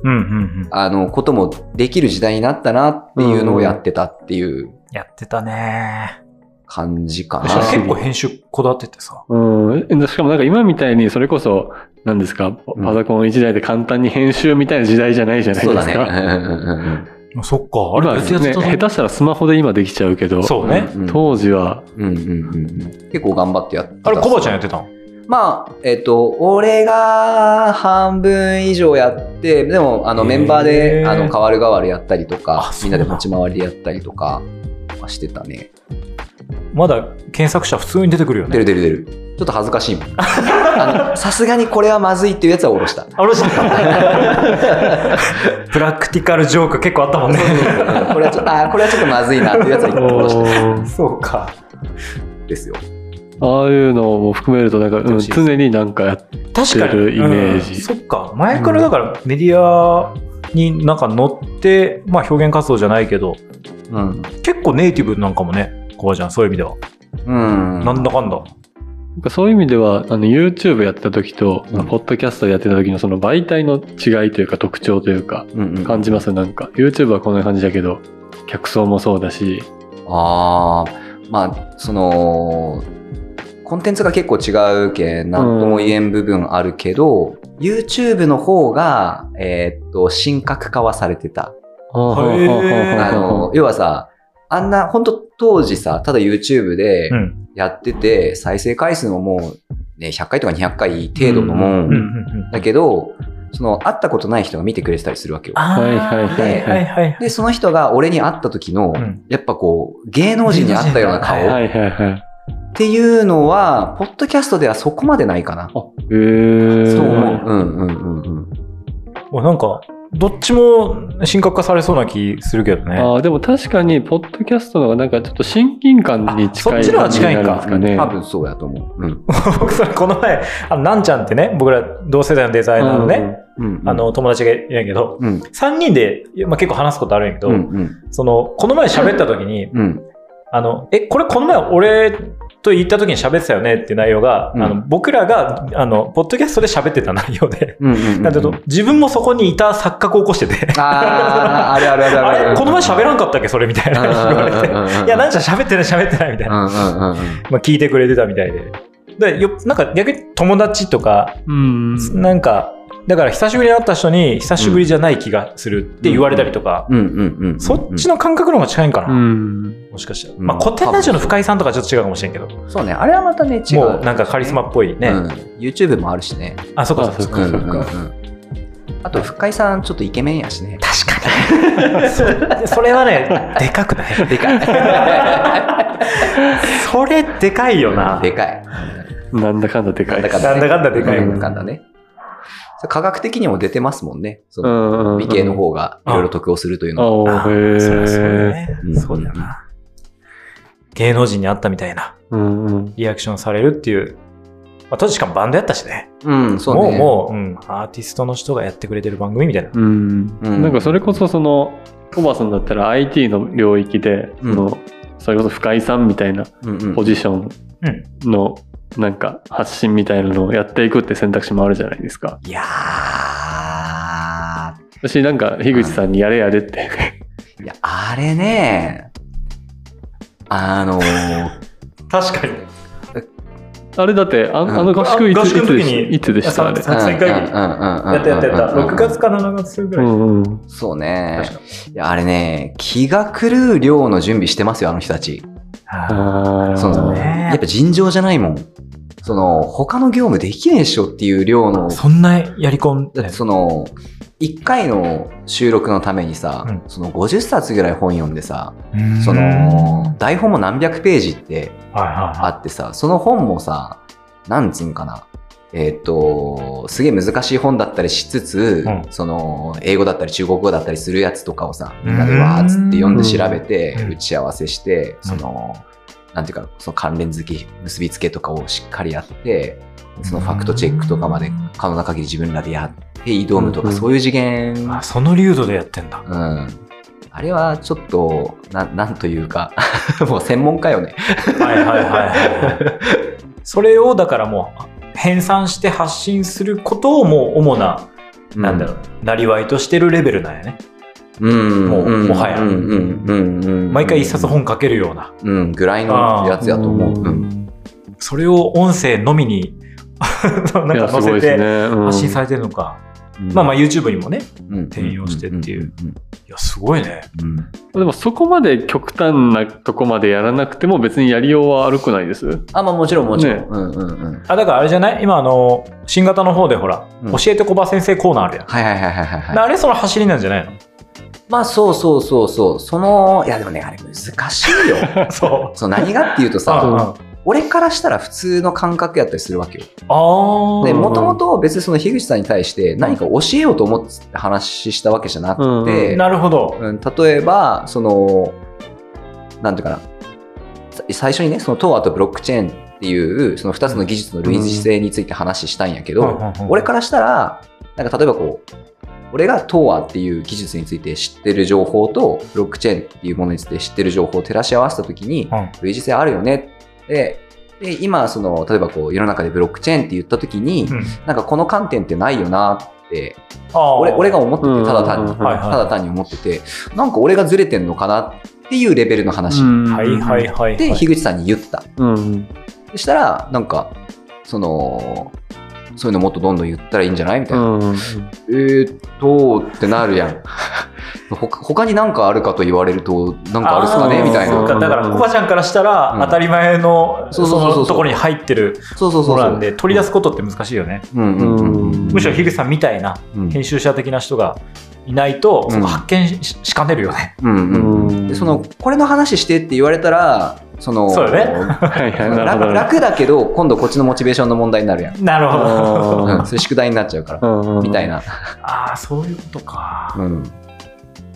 Speaker 1: うんうんうん。
Speaker 2: あの、こともできる時代になったなっていうのをやってたっていう
Speaker 1: やってたね。
Speaker 2: 感じか
Speaker 3: あ
Speaker 1: 私は
Speaker 2: な。
Speaker 1: 結構編集こだわっててさ。
Speaker 3: うん。しかもなんか今みたいにそれこそ、何ですか、
Speaker 2: うん
Speaker 3: パソコン一台で簡単に編集みたいな時代じゃないじゃない
Speaker 2: そう
Speaker 3: で
Speaker 2: だ
Speaker 3: す
Speaker 2: ね。
Speaker 3: か。
Speaker 1: そっか、あ
Speaker 3: 今
Speaker 1: れ
Speaker 3: ね、下手したらスマホで今できちゃうけど、
Speaker 1: そうね。
Speaker 2: うん
Speaker 3: 当時は、
Speaker 2: うんうんうんうん結構頑張ってやってた。
Speaker 1: あれ、コバちゃんやってたの
Speaker 2: まあ、えっと、俺が半分以上やって、でも、あの、
Speaker 1: へー
Speaker 2: メンバーで、あの、代わる代わるやったりとか
Speaker 1: あ、そう
Speaker 2: み
Speaker 1: な
Speaker 2: んなんで持ち回りでやったりとかはしてたね。
Speaker 1: まだ検索者普通に出てくるよ
Speaker 2: 出
Speaker 1: ね
Speaker 2: る。出る出る。ちょっと恥ずかしいもん。あのさすがにこれはまずいっていうやつは下ろした。
Speaker 1: あ、俺じゃんプラクティカルジョーク結構あったもんね。
Speaker 2: これはちょっと、あーこれはちょっとまずいなっていうやつは下ろした
Speaker 1: そうか。
Speaker 2: んですよ。
Speaker 3: ああいうのも含めると、なんか、うん、
Speaker 1: 楽しいです
Speaker 3: 常になんかやって、
Speaker 1: 確かに。
Speaker 3: 出るイメージ
Speaker 1: うんそっか。前からだからメディアになんか乗って、まあ表現活動じゃないけど、
Speaker 2: うん。
Speaker 1: 結構ネイティブなんかもね、コバちゃん、そういう意味では。
Speaker 2: うん。
Speaker 1: なんだかんだ。
Speaker 3: なんかそういう意味では、あの、YouTube やってた時と、
Speaker 2: うん
Speaker 3: ポッドキャストやってた時のその媒体の違いというか特徴というか、
Speaker 2: うんうん、
Speaker 3: 感じますなんか。YouTube はこんな感じだけど、客層もそうだし、
Speaker 2: ああ、まあ、その、コンテンツが結構違うけ、なんとも言えん部分あるけど、YouTube の方が、えーっと、神格化はされてた。
Speaker 1: ーうん
Speaker 2: あの、要はさ、あんな、本当当時さ、ただ YouTube で
Speaker 1: うん。
Speaker 2: やってて、再生回数ももう、ね、100回とか200回程度のも
Speaker 1: うんうん
Speaker 2: ん。
Speaker 1: うん。
Speaker 2: だけど、その、会ったことない人が見てくれてたりするわけよ。
Speaker 1: あー
Speaker 3: はいはいはいはい
Speaker 1: いはい。
Speaker 2: で、その人が俺に会った時の、
Speaker 1: うん
Speaker 2: やっぱこう、芸能人に会ったような顔。
Speaker 1: 芸能人
Speaker 3: はいはいはい。
Speaker 2: っていうのは、ポッドキャストではそこまでないかな。
Speaker 3: あ、へー。
Speaker 1: そう
Speaker 2: うん
Speaker 1: 思
Speaker 2: うんうんうん。
Speaker 1: もうなんか、どっちも神格化されそうな気するけどね。
Speaker 3: あーでも確かに、ポッドキャストの方がなんかちょっと親近感に近
Speaker 1: あ
Speaker 3: い
Speaker 1: そっちの方が近いんか
Speaker 3: 感じになるんですかね。
Speaker 2: 多分そうやと思う。うん。
Speaker 1: 僕それこの前、あの、なんちゃんってね、僕ら同世代のデザイナーのね、
Speaker 2: うんうん
Speaker 1: あ、の、友達がいるんやけど、
Speaker 2: うん。
Speaker 1: 3人で、いやまあ、結構話すことあるんやけど、
Speaker 2: うんうん
Speaker 1: その、この前喋った時に、
Speaker 2: うん。
Speaker 1: あの、え、これこの前俺と言った時に喋ってたよねっていう内容が、
Speaker 2: うん
Speaker 1: あの僕らが、あの、ポッドキャストで喋ってた内容で、
Speaker 2: うんうんうん。
Speaker 1: なんかちょっと自分もそこにいた錯覚を起こしてて、
Speaker 2: あーあるあるある
Speaker 1: あ
Speaker 2: ある。
Speaker 1: れこの前喋らんかったっけそれみたいな言われて。
Speaker 2: れ
Speaker 1: いや、なんちゃん喋ってない喋ってないみたいな。
Speaker 2: うんうんうんうん。
Speaker 1: まあ、聞いてくれてたみたいで。でよなんか逆に友達とか、
Speaker 3: うん。
Speaker 1: なんか、だから久しぶりに会った人に久しぶりじゃない気がするって言われたりとか、
Speaker 2: うんうんうんうん。
Speaker 1: そっちの感覚の方が近いんかな、
Speaker 3: うん。
Speaker 1: もしかしたら。
Speaker 2: うん
Speaker 1: まあ、古典ラジオの深井さんとかちょっと違うかもしれんけど、
Speaker 2: そうね。あれはまたね、違う。
Speaker 1: もうなんかカリスマっぽいね。
Speaker 2: うん。YouTube もあるしね。
Speaker 1: あ、そうかそうか
Speaker 3: あ
Speaker 1: そ
Speaker 3: そうう
Speaker 1: か。
Speaker 3: か
Speaker 1: そう
Speaker 2: うん
Speaker 1: か
Speaker 2: うんうんあと、深井さん、ちょっとイケメンやしね。
Speaker 1: 確かに。 そそれはね、でかくない
Speaker 2: でかい。
Speaker 1: それでかいよな。
Speaker 2: でかい。
Speaker 3: なんだかんだでかい。
Speaker 2: だか
Speaker 1: なんだかんだでかい
Speaker 2: な
Speaker 1: よ
Speaker 2: んだかんだね。科学的にも出てますもんね。その
Speaker 3: うんうん。
Speaker 2: 美形の。方がいろいろ得をするというのは。
Speaker 3: あ
Speaker 1: あ
Speaker 3: あ、へ
Speaker 1: そりゃそうだよ
Speaker 3: え。
Speaker 1: ね
Speaker 2: うん
Speaker 1: そうだよな。芸能人に会ったみたいな
Speaker 3: うんうん。
Speaker 1: リアクションされるっていう。まあ、当時しかもバンドやったしね。
Speaker 2: うん、そう
Speaker 1: もう、
Speaker 2: ね。
Speaker 1: もう、うん、アーティストの人がやってくれてる番組みたいな。
Speaker 3: うん、
Speaker 2: うん
Speaker 3: なんかそれこそそのコバさんだったら IT の領域でそ
Speaker 2: うん
Speaker 3: の、それこそ深井さんみたいな
Speaker 2: うんうん
Speaker 3: ポジションのなんか発信みたいなのをやっていくって選択肢もあるじゃないですか
Speaker 2: いやー
Speaker 3: 私なんか樋口さんにやれやれって、
Speaker 2: いや、あれね、あのー
Speaker 1: 確かに。
Speaker 3: あれだってあ,、
Speaker 2: ん
Speaker 3: あの合宿いつ
Speaker 1: あ合宿の時
Speaker 3: いつでし
Speaker 1: に
Speaker 3: いつでしたあ
Speaker 1: い
Speaker 3: れ
Speaker 1: やさ 作戦会議
Speaker 2: や
Speaker 1: やったやったやった。6月。か7月ぐ
Speaker 3: う
Speaker 1: らい。
Speaker 3: んうん
Speaker 2: そうね
Speaker 1: 確。か
Speaker 2: いや、あれね、気が狂う量の準備してますよ、あの人たち。
Speaker 1: あ
Speaker 3: あー
Speaker 2: その、
Speaker 1: ね
Speaker 2: やっぱ尋常じゃないもん。その、他の業務できねえっしょっていう量の
Speaker 1: ーそんなやり込ん
Speaker 2: だ
Speaker 1: で
Speaker 2: って。その1回の収録のためにさ、
Speaker 1: うん
Speaker 2: その50冊ぐらい本読んでさ
Speaker 1: うん
Speaker 2: そ
Speaker 1: は
Speaker 2: の台本も何百ページって
Speaker 1: いはい
Speaker 2: あ
Speaker 1: はい。
Speaker 2: ってさその本もさなんつうんかなえーっとすげえ難しい本だったりしつつ、
Speaker 1: うん
Speaker 2: その英語だったり中国語だったりするやつとかをさ
Speaker 1: うん
Speaker 2: みんなでわーっつって読んで調べて、
Speaker 1: うん
Speaker 2: 打ち合わせして、
Speaker 1: うん
Speaker 2: そのなんていうかその関連付け結び付けとかをしっかりやってそのファクトチェックとかまで可能な限り自分らでやって挑むとか、
Speaker 3: うんうん
Speaker 2: そういう次元、うん、
Speaker 1: あその流度でやってんだ。
Speaker 2: あれはちょっとななんというか もう専門家よね
Speaker 1: はいはいはいはいはい。それをだからもう編纂して発信することをもう主な、なんだろう、なりわいとしてるレベルなんやね。
Speaker 2: うん、
Speaker 1: もうんもはや
Speaker 2: うんうんうんうん
Speaker 1: 毎回一冊本書けるような。
Speaker 2: うんぐらいのやつやと思ううん
Speaker 1: それを音声のみに、なん
Speaker 3: い
Speaker 1: か
Speaker 3: やす
Speaker 1: 載
Speaker 3: ご
Speaker 1: せ
Speaker 3: いです
Speaker 1: て
Speaker 3: ね、うん
Speaker 1: 発信されてるのか。まあまあ YouTube にもね。
Speaker 2: うん
Speaker 1: 転用してっていういや、すごいね。
Speaker 2: うんうんうん
Speaker 3: でもそこまで極端なとこまでやらなくても別にやりようは悪くないです
Speaker 2: あまあもちろんもちろん、
Speaker 3: ね
Speaker 2: うんうんうん
Speaker 1: あ、だからあれじゃない今あの、新型の方でほら、
Speaker 2: うん
Speaker 1: 教えて小葉先生コーナーあるやん。
Speaker 2: はいはいはいはいはいはい
Speaker 1: あれその走りなんじゃない
Speaker 2: まあそうそうそうそうそのいやでもねあれ難しいよ
Speaker 1: のそう。
Speaker 2: そう何がっていうと
Speaker 1: あ
Speaker 2: さ俺からしたら普通の感覚やったりするわけよ
Speaker 1: あー。
Speaker 2: で
Speaker 3: うん
Speaker 2: もともと別にその樋口さんに対して何か教えようと思って話したわけじゃなくて、
Speaker 1: なるほど。
Speaker 2: うん例えばそのなんていうかなさ最初にねその TOA とブロックチェーンっていうその2つの技術の類似性について話したんやけど、俺からしたらなんか例えばこう俺が TOA っていう技術について知ってる情報とブロックチェーンっていうものについて知ってる情報を照らし合わせた時に
Speaker 1: うん
Speaker 2: 類似性あるよねってで今その例えばこう世の中でブロックチェーンって言った時に、
Speaker 1: うん
Speaker 2: なんかこの観点ってないよなって
Speaker 1: ああ
Speaker 2: 俺俺が思って
Speaker 3: うん
Speaker 2: てただ単に、
Speaker 3: うん
Speaker 1: はいはい
Speaker 2: ただ単に思っててなんか俺がずれてんのかなっていうレベルの話、
Speaker 1: はいはいはい
Speaker 2: で
Speaker 1: はい
Speaker 2: 樋口さんに言った
Speaker 3: うん
Speaker 2: そしたらなんかそのそういうのもっとどんどん言ったらいいんじゃないみ
Speaker 3: う
Speaker 2: たいな、
Speaker 3: んうん
Speaker 2: えーっとってなるやん ほか他に何かあるかと言われると何かあるっすか
Speaker 1: あ
Speaker 2: ね
Speaker 1: ー
Speaker 2: みたい
Speaker 1: そう
Speaker 2: な
Speaker 1: かだからコバちゃんからしたら
Speaker 2: うん
Speaker 1: 当たり前の
Speaker 2: そ
Speaker 1: そう
Speaker 2: そうそうそう
Speaker 1: のところに入ってる
Speaker 2: そうそう
Speaker 1: も
Speaker 2: そう
Speaker 1: の
Speaker 2: そ
Speaker 1: な
Speaker 2: うん
Speaker 1: で取り出すことって難しいよね
Speaker 2: うんうんうんうん
Speaker 1: むしろ樋口さんみたいな
Speaker 2: うん
Speaker 1: 編集者的な人がいないと
Speaker 2: うん
Speaker 1: そこ発見ししかねるよね
Speaker 2: うんうん
Speaker 3: うん
Speaker 2: でそのこれの話してって言われたらその
Speaker 1: そうだね
Speaker 3: はいはい なるほ
Speaker 2: 楽
Speaker 3: ど
Speaker 2: 楽だけど今度こっちのモチベーションの問題 になるやん、
Speaker 1: なるほど
Speaker 2: うん、それ宿題になっちゃうから、
Speaker 3: うんうん
Speaker 2: みたいな、
Speaker 1: ああそういうことか
Speaker 2: うん、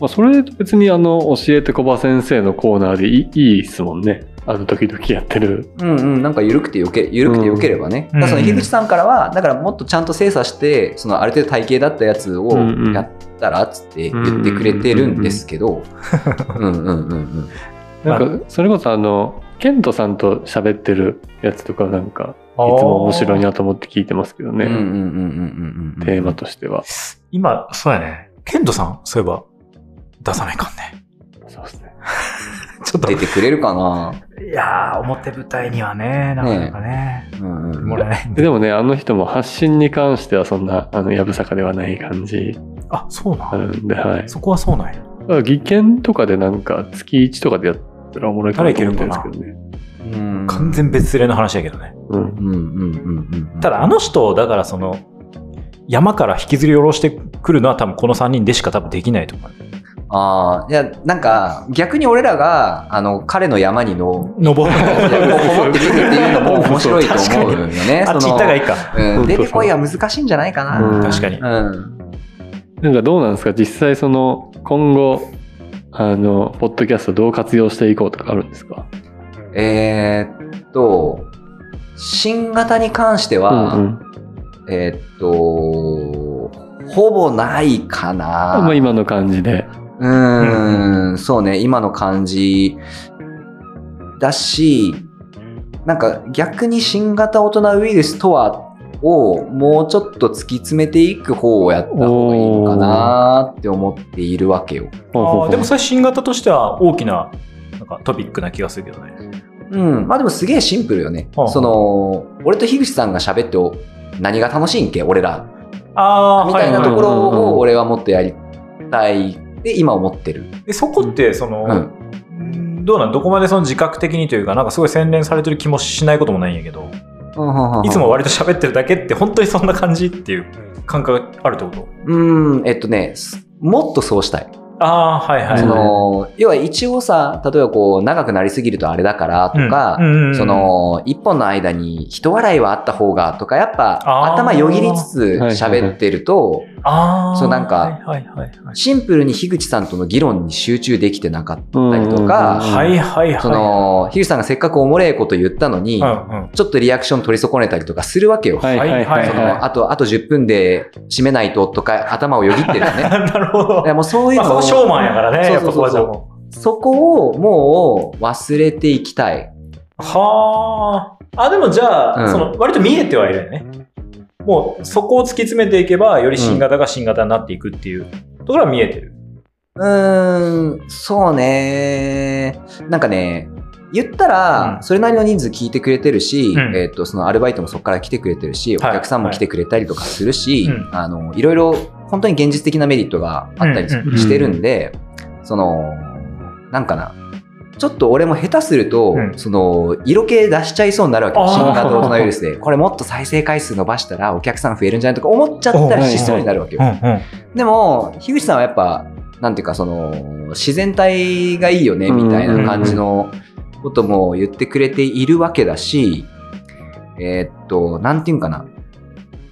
Speaker 3: まあ、それ別にあの教えてコバ先生のコーナーでいいいいですもんねあの時々やってる
Speaker 2: うんうんなんか緩くてよけ緩くてよければね、
Speaker 1: うん
Speaker 2: だからその樋口さんからはだからもっとちゃんと精査してそのある程度体系だったやつを
Speaker 3: うんうん
Speaker 2: やったらっつって言ってくれてるんですけどうんうんうんうん
Speaker 3: なんかそれこそあのケントさんと喋ってるやつとかなんか
Speaker 1: い
Speaker 3: いつも面白いなと思って聞いてますけど
Speaker 2: うんうんうん
Speaker 3: ね
Speaker 2: うんうんうん
Speaker 3: テーマとしては
Speaker 1: 今そうやねケントさんそういえば出さないかんね
Speaker 3: そうですね
Speaker 1: ちょっと
Speaker 2: 出てくれるかな、
Speaker 1: いやー表舞台にはねなかなかね
Speaker 2: うんうん、
Speaker 1: もらえないん
Speaker 3: で
Speaker 1: で
Speaker 3: でもねあの人も発信に関してはそんなあのやぶさかではない感じ
Speaker 1: あそうな
Speaker 3: あ
Speaker 1: ん
Speaker 3: るんではい
Speaker 1: そこはそうなんや
Speaker 3: だから技研とかでなんか月1とかでやったらおもろいかなと思ってるんですけどね
Speaker 2: うん
Speaker 1: 完全別例の話やけどね
Speaker 3: うん
Speaker 2: うんうんうんうんうん
Speaker 1: ただあの人をだからその山から引きずり下ろしてくるのは多分この3人でしか多分できないと 思う
Speaker 2: ああ、いや、なんか、逆に俺らが、あの、彼の山にの、
Speaker 1: 登る
Speaker 2: こもってくるっていうのも面白いと思うよね。
Speaker 1: あっち行
Speaker 2: その
Speaker 1: ったがいいか
Speaker 2: うん、出てこいは難しいんじゃないかな。
Speaker 3: うん
Speaker 1: 確かに
Speaker 2: うん。
Speaker 3: なんかどうなんですか実際その今後あのポッドキャストどう活用していこうとかあるんですか
Speaker 2: えーっと、新型に関しては、
Speaker 3: うんうん、
Speaker 2: えーっと、ほぼないかな。
Speaker 3: まあ今の感じで。
Speaker 2: うーん、そうね、今の感じだし、なんか逆に新型大人ウイルスとはをもうちょっと突き詰めていく方をやった方がいいのかなって思っているわけよ。
Speaker 1: あ
Speaker 3: ほうほうほ
Speaker 1: ー
Speaker 3: う
Speaker 1: でもそれ新型としては大きななんかトピックな気がするけどね
Speaker 2: うん、まあでもすげえシンプルよね。
Speaker 1: はあ
Speaker 2: その、俺と樋口さんが喋ってお何が楽しいんけ、俺ら。
Speaker 1: ああ
Speaker 2: みたいなところを俺はもっとやりたいって今思ってる。
Speaker 1: でそこってその、
Speaker 2: うん。
Speaker 1: うんどうなんどこまでその自覚的にというかなんかすごい洗練されてる気もしないこともないんやけどいつも割と喋ってるだけって本当にそんな感じっていう感覚があるってこと
Speaker 2: うん、えっとね、すもっとそうしたい。
Speaker 1: ああーはいはい
Speaker 2: そ
Speaker 1: はい
Speaker 2: の要は一応さ例えばこう長くなりすぎるとあれだからとか、
Speaker 1: うんうんうんうん
Speaker 2: その一本の間に一笑いはあった方がとかやっぱ
Speaker 1: あー
Speaker 2: 頭よぎりつつ喋ってると
Speaker 1: ああ
Speaker 2: そうなんか
Speaker 1: はいはいはい
Speaker 2: シンプルに樋口さんとの議論に集中できてなかった
Speaker 3: うんうんうん
Speaker 2: りとか
Speaker 1: はいはいはいはい
Speaker 2: その樋口さんがせっかくおもれえこと言ったのに、
Speaker 1: うんうん
Speaker 2: ちょっとリアクション取り損ねたりとかするわけよ。
Speaker 3: はいはいはい
Speaker 2: そ
Speaker 1: はい
Speaker 2: のあとあと10分で締めないととか頭をよぎってる よね。
Speaker 1: なるほど
Speaker 2: いやもうそういう
Speaker 1: まあそ
Speaker 2: の
Speaker 1: こ
Speaker 2: を
Speaker 1: ショーマンやからね
Speaker 2: そ
Speaker 1: や
Speaker 2: う
Speaker 1: っ
Speaker 2: そ
Speaker 1: ぱこう
Speaker 2: うそう
Speaker 1: ちゃ
Speaker 2: そうん
Speaker 1: も
Speaker 2: そこをもう忘れていきたい。
Speaker 1: はああでもじゃあ、
Speaker 2: うん
Speaker 1: その割と見えてはいるよねもうそこを突き詰めていけばより新型が新型になっていくっていうところは見えてる、
Speaker 2: うーん、そうね。なんかね、言ったら
Speaker 1: う、ん
Speaker 2: それなりの人数聞いてくれてるし、
Speaker 1: うん
Speaker 2: えっ、と、そのアルバイトもそこから来てくれてるし、お
Speaker 1: はい
Speaker 2: 客さんも来てくれたりとかするし、
Speaker 1: はいうん
Speaker 2: あの、いろいろ本当に現実的なメリットがあった
Speaker 1: う
Speaker 2: り
Speaker 1: んうん
Speaker 3: うん
Speaker 2: してるんで、その、なんかな。ちょっと俺も下手すると、
Speaker 1: うん
Speaker 2: その色気出しちゃいそうになるわけ
Speaker 1: あー
Speaker 2: 新型大人ウイルスでこれもっと再生回数伸ばしたらお客さん増えるんじゃないとか思っちゃったりしそうになるわけよ。
Speaker 1: うん
Speaker 2: でも、樋口さんはやっぱ、なんていうか、その、自然体がいいよね、みたいな感じのことも言ってくれているわけだし、えーっと、なんていうんかな。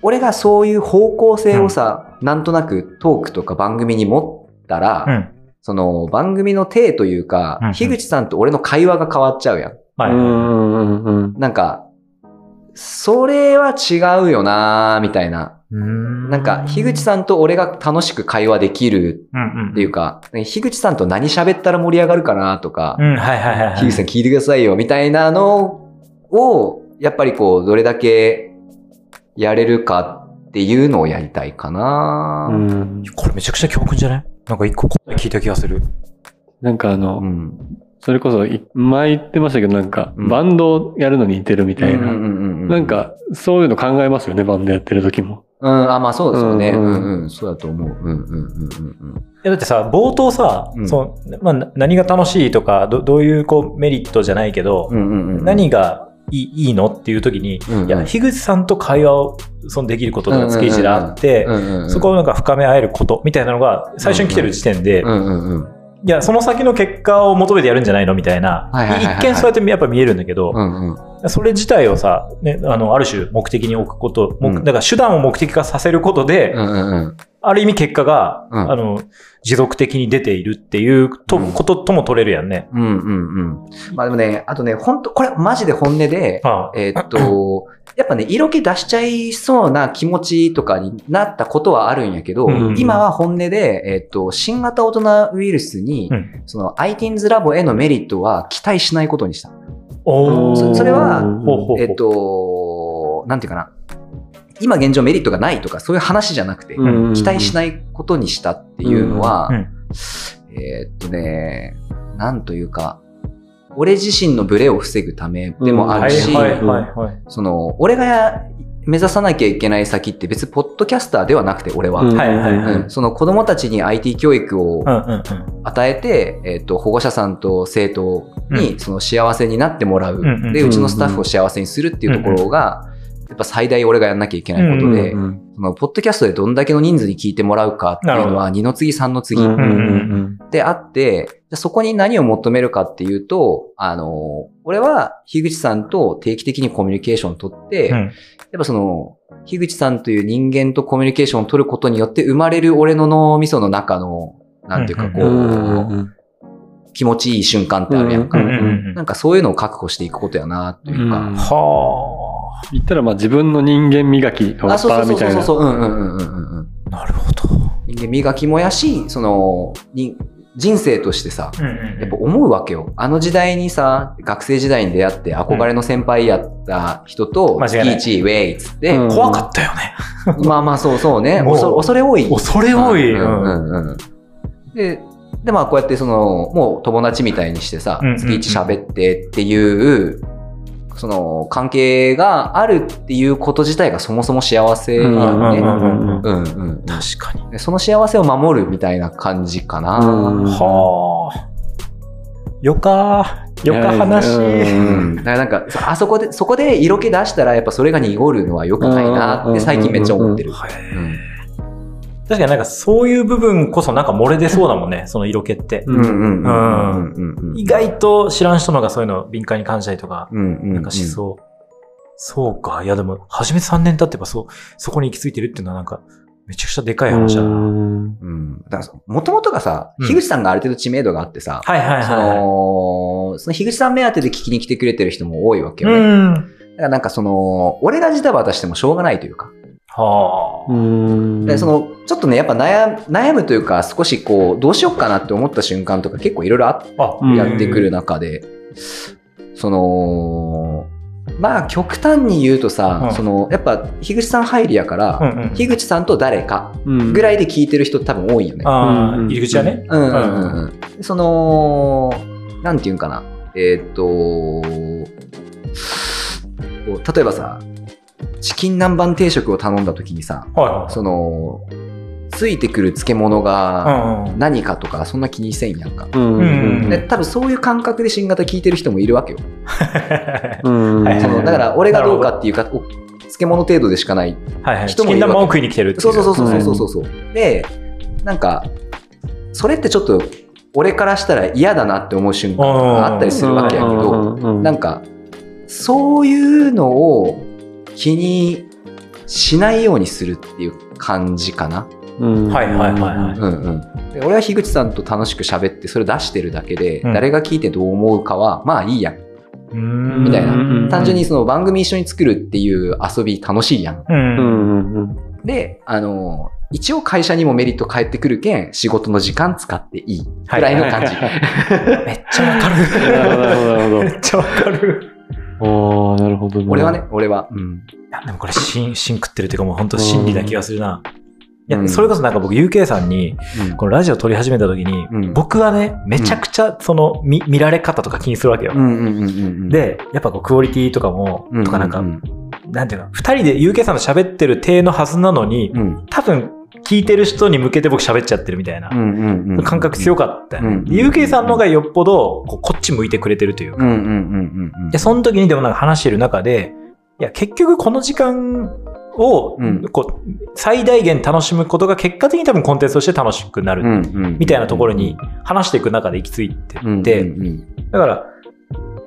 Speaker 2: 俺がそういう方向性をさ、なんとなくトークとか番組に持ったら、
Speaker 1: うん
Speaker 2: その番組の体というか、
Speaker 1: うんうん
Speaker 2: 樋口さんと俺の会話が変わっちゃうやん。
Speaker 1: はいうはい
Speaker 3: んうんうんうん
Speaker 2: なんか、それは違うよなーみたいな。
Speaker 1: な
Speaker 2: なんか、樋口さんと俺が楽しく会話できる
Speaker 1: ん
Speaker 2: っていうか、樋口さんと何喋ったら盛り上がるかなとか
Speaker 1: う、ん、はいはいはいはい。
Speaker 2: 樋口さん聞いてくださいよみたいなのをやっぱりこう、どれだけやれるかっていうのをやりたいかな。
Speaker 3: うん
Speaker 1: これめちゃくちゃ教訓じゃないなんか一個答え聞いた気がする。
Speaker 3: なんかあの、
Speaker 2: うん。
Speaker 3: それこそい前言ってましたけどなんか
Speaker 2: うん
Speaker 3: バンドをやるのに似てるみたい
Speaker 1: う
Speaker 3: な、
Speaker 1: ん
Speaker 2: な
Speaker 3: なん、かそういうの考えますよねバンドやってる時も
Speaker 2: うん、あ、まあそうですよね。
Speaker 3: う
Speaker 2: うんん、
Speaker 3: う
Speaker 2: うんん、そうだと思う。うん、うん、うん、うん
Speaker 1: いやだってさ、冒頭さ、
Speaker 2: うん
Speaker 1: そのまあ、な何が楽しいとか、どどういうこうメリットじゃないけど、
Speaker 2: うん、うんうんうん。
Speaker 1: 何がいいいいのっていう時に、
Speaker 2: うんうん
Speaker 1: いや、樋口さんと会話をそのできることとか月一であって、
Speaker 2: うんうんうん
Speaker 1: そこをなんか深め合えることみたいなのが最初に来てる時点で、
Speaker 2: うん、うん、うん。
Speaker 1: いや、その先の結果を求めてやるんじゃないのみたいな、
Speaker 2: はいはいはいはい
Speaker 1: 一見そうやってやっぱ見えるんだけど、
Speaker 2: うん、うん。
Speaker 1: それ自体をさ、ね、あの、ある種目的に置くこと、目
Speaker 2: うん
Speaker 1: だから手段を目的化させることで、
Speaker 2: うん、うん、うん。
Speaker 1: ある意味結果が、
Speaker 2: うん
Speaker 1: あの、持続的に出ているっていうと、
Speaker 2: うん
Speaker 1: こととも取れるやんね。
Speaker 2: うん、うん、うん。まあでもね、あとね、本当これマジで本音で、
Speaker 1: あ
Speaker 2: えーっと、やっぱね、色気出しちゃいそうな気持ちとかになったことはあるんやけど、
Speaker 1: うん
Speaker 2: 今は本音で、えーっと、新型大人ウイルスに、
Speaker 1: うん
Speaker 2: その iTeens ラボへのメリットは期待しないことにした。
Speaker 1: おー
Speaker 2: そそれは
Speaker 1: ほうほうほう
Speaker 2: えーっと、なんていうかな。今現状メリットがないとかそういう話じゃなくて、
Speaker 1: うん
Speaker 2: 期待しないことにしたっていうのは、
Speaker 1: うん
Speaker 2: えーっとね、なんというか、俺自身のブレを防ぐためでもあ
Speaker 1: は
Speaker 2: る
Speaker 1: い
Speaker 2: し、
Speaker 1: はいはいはい。
Speaker 2: その、俺が目指さなきゃいけない先って別にポッドキャスターではなくて、俺は。
Speaker 3: うん
Speaker 1: はいはいは
Speaker 2: うんその子供たちに IT 教育
Speaker 1: う
Speaker 2: を
Speaker 1: んうん
Speaker 2: 与えて、えっと保護者さんと生徒にその幸せになってもらう、
Speaker 1: んうん
Speaker 2: で
Speaker 3: うん
Speaker 2: うちのスタッフを幸せにするっていうところが、やっぱ最大俺がやんなきゃいけないことで、
Speaker 3: ん
Speaker 2: そのポッドキャストでどんだけの人数に聞いてもらうかっていうのは二の次三の次、
Speaker 3: うん
Speaker 2: であって、じゃあそこに何を求めるかっていうと、あの、俺は樋口さんと定期的にコミュニケーションを取って、
Speaker 1: う
Speaker 2: やっ
Speaker 1: ん。
Speaker 2: ぱその、樋口さんという人間とコミュニケーションを取ることによって生まれる俺の脳みその中の、なんていうかこう、
Speaker 3: うんうん
Speaker 2: 気持ちいい瞬間ってあるやんか。
Speaker 1: うんうんうん
Speaker 2: なんかそういうのを確保していくことやな、というか。
Speaker 1: は
Speaker 3: 言ったらまあ自分の人間磨きの
Speaker 2: あ、そう
Speaker 3: 場
Speaker 2: そう
Speaker 3: み
Speaker 2: そ
Speaker 3: た
Speaker 2: う
Speaker 3: い
Speaker 2: そう
Speaker 3: な
Speaker 2: そう、うんうんうんうんうん。
Speaker 1: あ。なるほど。
Speaker 2: 人間磨きもやし、その、に人生としてさ、
Speaker 1: うんうん
Speaker 2: やっぱ思うわけよ。あの時代にさ、学生時代に出会って憧れの先輩やった人と、
Speaker 1: 間違いない
Speaker 2: 月一ウェイっつって、
Speaker 3: うん
Speaker 1: 怖かったよね。
Speaker 2: まあまあそうそうね、
Speaker 1: もう
Speaker 2: 恐恐れ多い。
Speaker 1: 恐れ多い。
Speaker 2: う
Speaker 1: うん
Speaker 2: うんんうんうんで、でまあこうやってその、もう友達みたいにしてさ
Speaker 1: うんうんう、ん
Speaker 2: 月一喋ってっていう、その関係があるっていうこと自体がそもそも幸せなのね。
Speaker 1: うんうん
Speaker 2: うんう
Speaker 1: 確
Speaker 2: ん
Speaker 1: かに。
Speaker 2: でその幸せを守るみたいな感じかな。
Speaker 3: うん
Speaker 1: はあ。よかー。よか話。
Speaker 3: う
Speaker 2: うん、だからなんか、そあそこで、そこで色気出したら、やっぱそれが濁るのは良くないなって最近めっちゃ思ってる。
Speaker 1: はい確かになんかそういう部分こそなんか漏れ出そうだもんね、その色気って。
Speaker 2: うんうんうん
Speaker 1: うん
Speaker 2: うんうんうん
Speaker 1: 意外と知らん人のがそういうの敏感に感じたりとか、
Speaker 2: うんうんうん
Speaker 1: なんかしそう。そうか。いやでも、初めて3年経ってばそう、そこに行き着いてるっていうのはなんか、めちゃくちゃでかい話だな。はい
Speaker 2: うん。だから、もともとがさ、
Speaker 1: うん
Speaker 2: 樋口さんがある程度知名度があってさ、
Speaker 1: はいはい
Speaker 2: そ
Speaker 1: は
Speaker 2: の、その樋口さん目当てで聞きに来てくれてる人も多いわ
Speaker 1: い。
Speaker 2: け
Speaker 1: う
Speaker 2: よね。だ
Speaker 1: ん。
Speaker 2: からなんかその、俺がジタバタしてもしょうがないというか、
Speaker 1: はあ。
Speaker 3: うん
Speaker 2: でその、ちょっとね、やっぱ悩む悩むというか、少しこう、どうしようかなって思った瞬間とか結構いろいろあっ
Speaker 1: あ、
Speaker 3: うん
Speaker 2: やってくる中で、その、まあ極端に言うとさ、
Speaker 1: うん
Speaker 2: そのやっぱ樋口さん入りやから、
Speaker 1: うんうん。
Speaker 2: 樋口さんと誰かぐ
Speaker 3: い
Speaker 2: らいで聞いてる人多分多いよね。
Speaker 1: ああ、
Speaker 3: うん
Speaker 1: 入り口はね。
Speaker 2: うんうんうんうん、その、なんていうんかな、えーっと、こう例えばさ、チキン南蛮定食を頼んだ時にさ、
Speaker 1: はいはい。
Speaker 2: その、ついてくる漬物が
Speaker 1: うん うん。
Speaker 2: 何かとか、そんな気にせんやんか。
Speaker 3: うん
Speaker 1: うん
Speaker 2: で多分そういう感覚で新型聞いてる人もいるわけよ。
Speaker 1: は
Speaker 3: うん
Speaker 1: はい
Speaker 2: そのだから俺がどうかっていうか、お漬物程度でしかない。
Speaker 1: いはい。チ
Speaker 2: 人
Speaker 1: キ
Speaker 2: も
Speaker 1: ン
Speaker 2: いるわけ
Speaker 1: 玉を食いに来てるってい
Speaker 2: そうそうそうそうそうそうそう、で、なんか、それってちょっと俺からしたら嫌だなって思う瞬間があったりするわけやけど、
Speaker 3: ど
Speaker 2: なんか、そういうのを気にしないようにするっていう感じかな。
Speaker 1: はいはいはいはい
Speaker 2: うんうん。で俺は樋口さんと楽しく喋ってそれ出してるだけで、
Speaker 1: うん
Speaker 2: 誰が聞いてどう思うかはまあいいやん
Speaker 1: うーん。
Speaker 2: みたいな
Speaker 1: うん
Speaker 2: 単純に、その番組一緒に作るっていう遊び楽しいやん。
Speaker 1: う。
Speaker 3: うんんうん
Speaker 2: で、あの、一応会社にもメリット返ってくるけん、仕事の時間使っていいぐらいの感じ。
Speaker 1: めっちゃわかる。
Speaker 3: なるほどなるほど
Speaker 1: めっちゃわかる。
Speaker 3: おああ、なるほど、
Speaker 2: 俺はね、。俺は。うん。
Speaker 1: いや、でもこれ、芯、芯食ってるっていうか、もう本当真理な気がするな。いや、
Speaker 2: うん
Speaker 1: それこそなんか僕、UK さんに、このラジオ撮り始めた時に、
Speaker 2: うん
Speaker 1: 僕はね、めちゃくちゃ、その、見、見られ方とか気にするわけよ。
Speaker 2: うんうんうんうん。、
Speaker 1: で、やっぱこう、クオリティとかも、とかなんか、
Speaker 2: うん
Speaker 1: なんていうの、二人で UK さんと喋ってる体のはずなのに、
Speaker 2: うん
Speaker 1: 多分、聞いてる人に向けて僕喋っちゃってるみたいな
Speaker 2: う、んうんうん。
Speaker 1: 感覚強かったよね、
Speaker 2: うん
Speaker 1: で UK さんの方がよっぽど、こう、こっち向いてくれてるというか
Speaker 2: うんうんうんうんうん。
Speaker 1: で、その時にでもなんか話してる中で、いや、結局この時間を、
Speaker 2: うん
Speaker 1: こう、最大限楽しむことが結果的に多分コンテンツとして楽しくなる、
Speaker 2: うんうん
Speaker 1: みたいなところに話していく中で行き着いて
Speaker 2: うんうんうん、
Speaker 1: って、だから、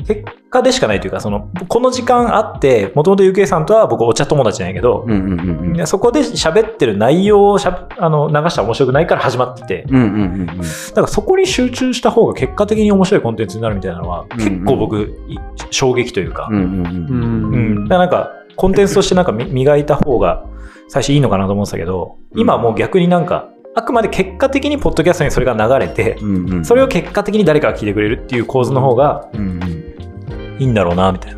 Speaker 1: 結果でしかないというか、その、この時間あって、もともと UK さんとは僕お茶友達なんやけど
Speaker 2: う、んうんうんうん。
Speaker 1: いやそこで喋ってる内容をしゃあの流したら面白くないから始まってて、
Speaker 2: うんうんうんうん。
Speaker 1: だからそこに集中した方が結果的に面白いコンテンツになるみたいなのは、結構僕、い衝撃というか、
Speaker 2: うんうんうん
Speaker 3: う
Speaker 2: うん
Speaker 3: ん。
Speaker 1: うん、だからなんかコンテンツとしてなんかみ 磨いた方が最初いいのかなと思ってたけど今はもう逆になんかあくまで結果的にポッドキャストにそれが流れて
Speaker 2: うんうん。
Speaker 1: それを結果的に誰かが聞いてくれるっていう構図の方が
Speaker 2: うんうん
Speaker 1: いいんだろうなみたいな。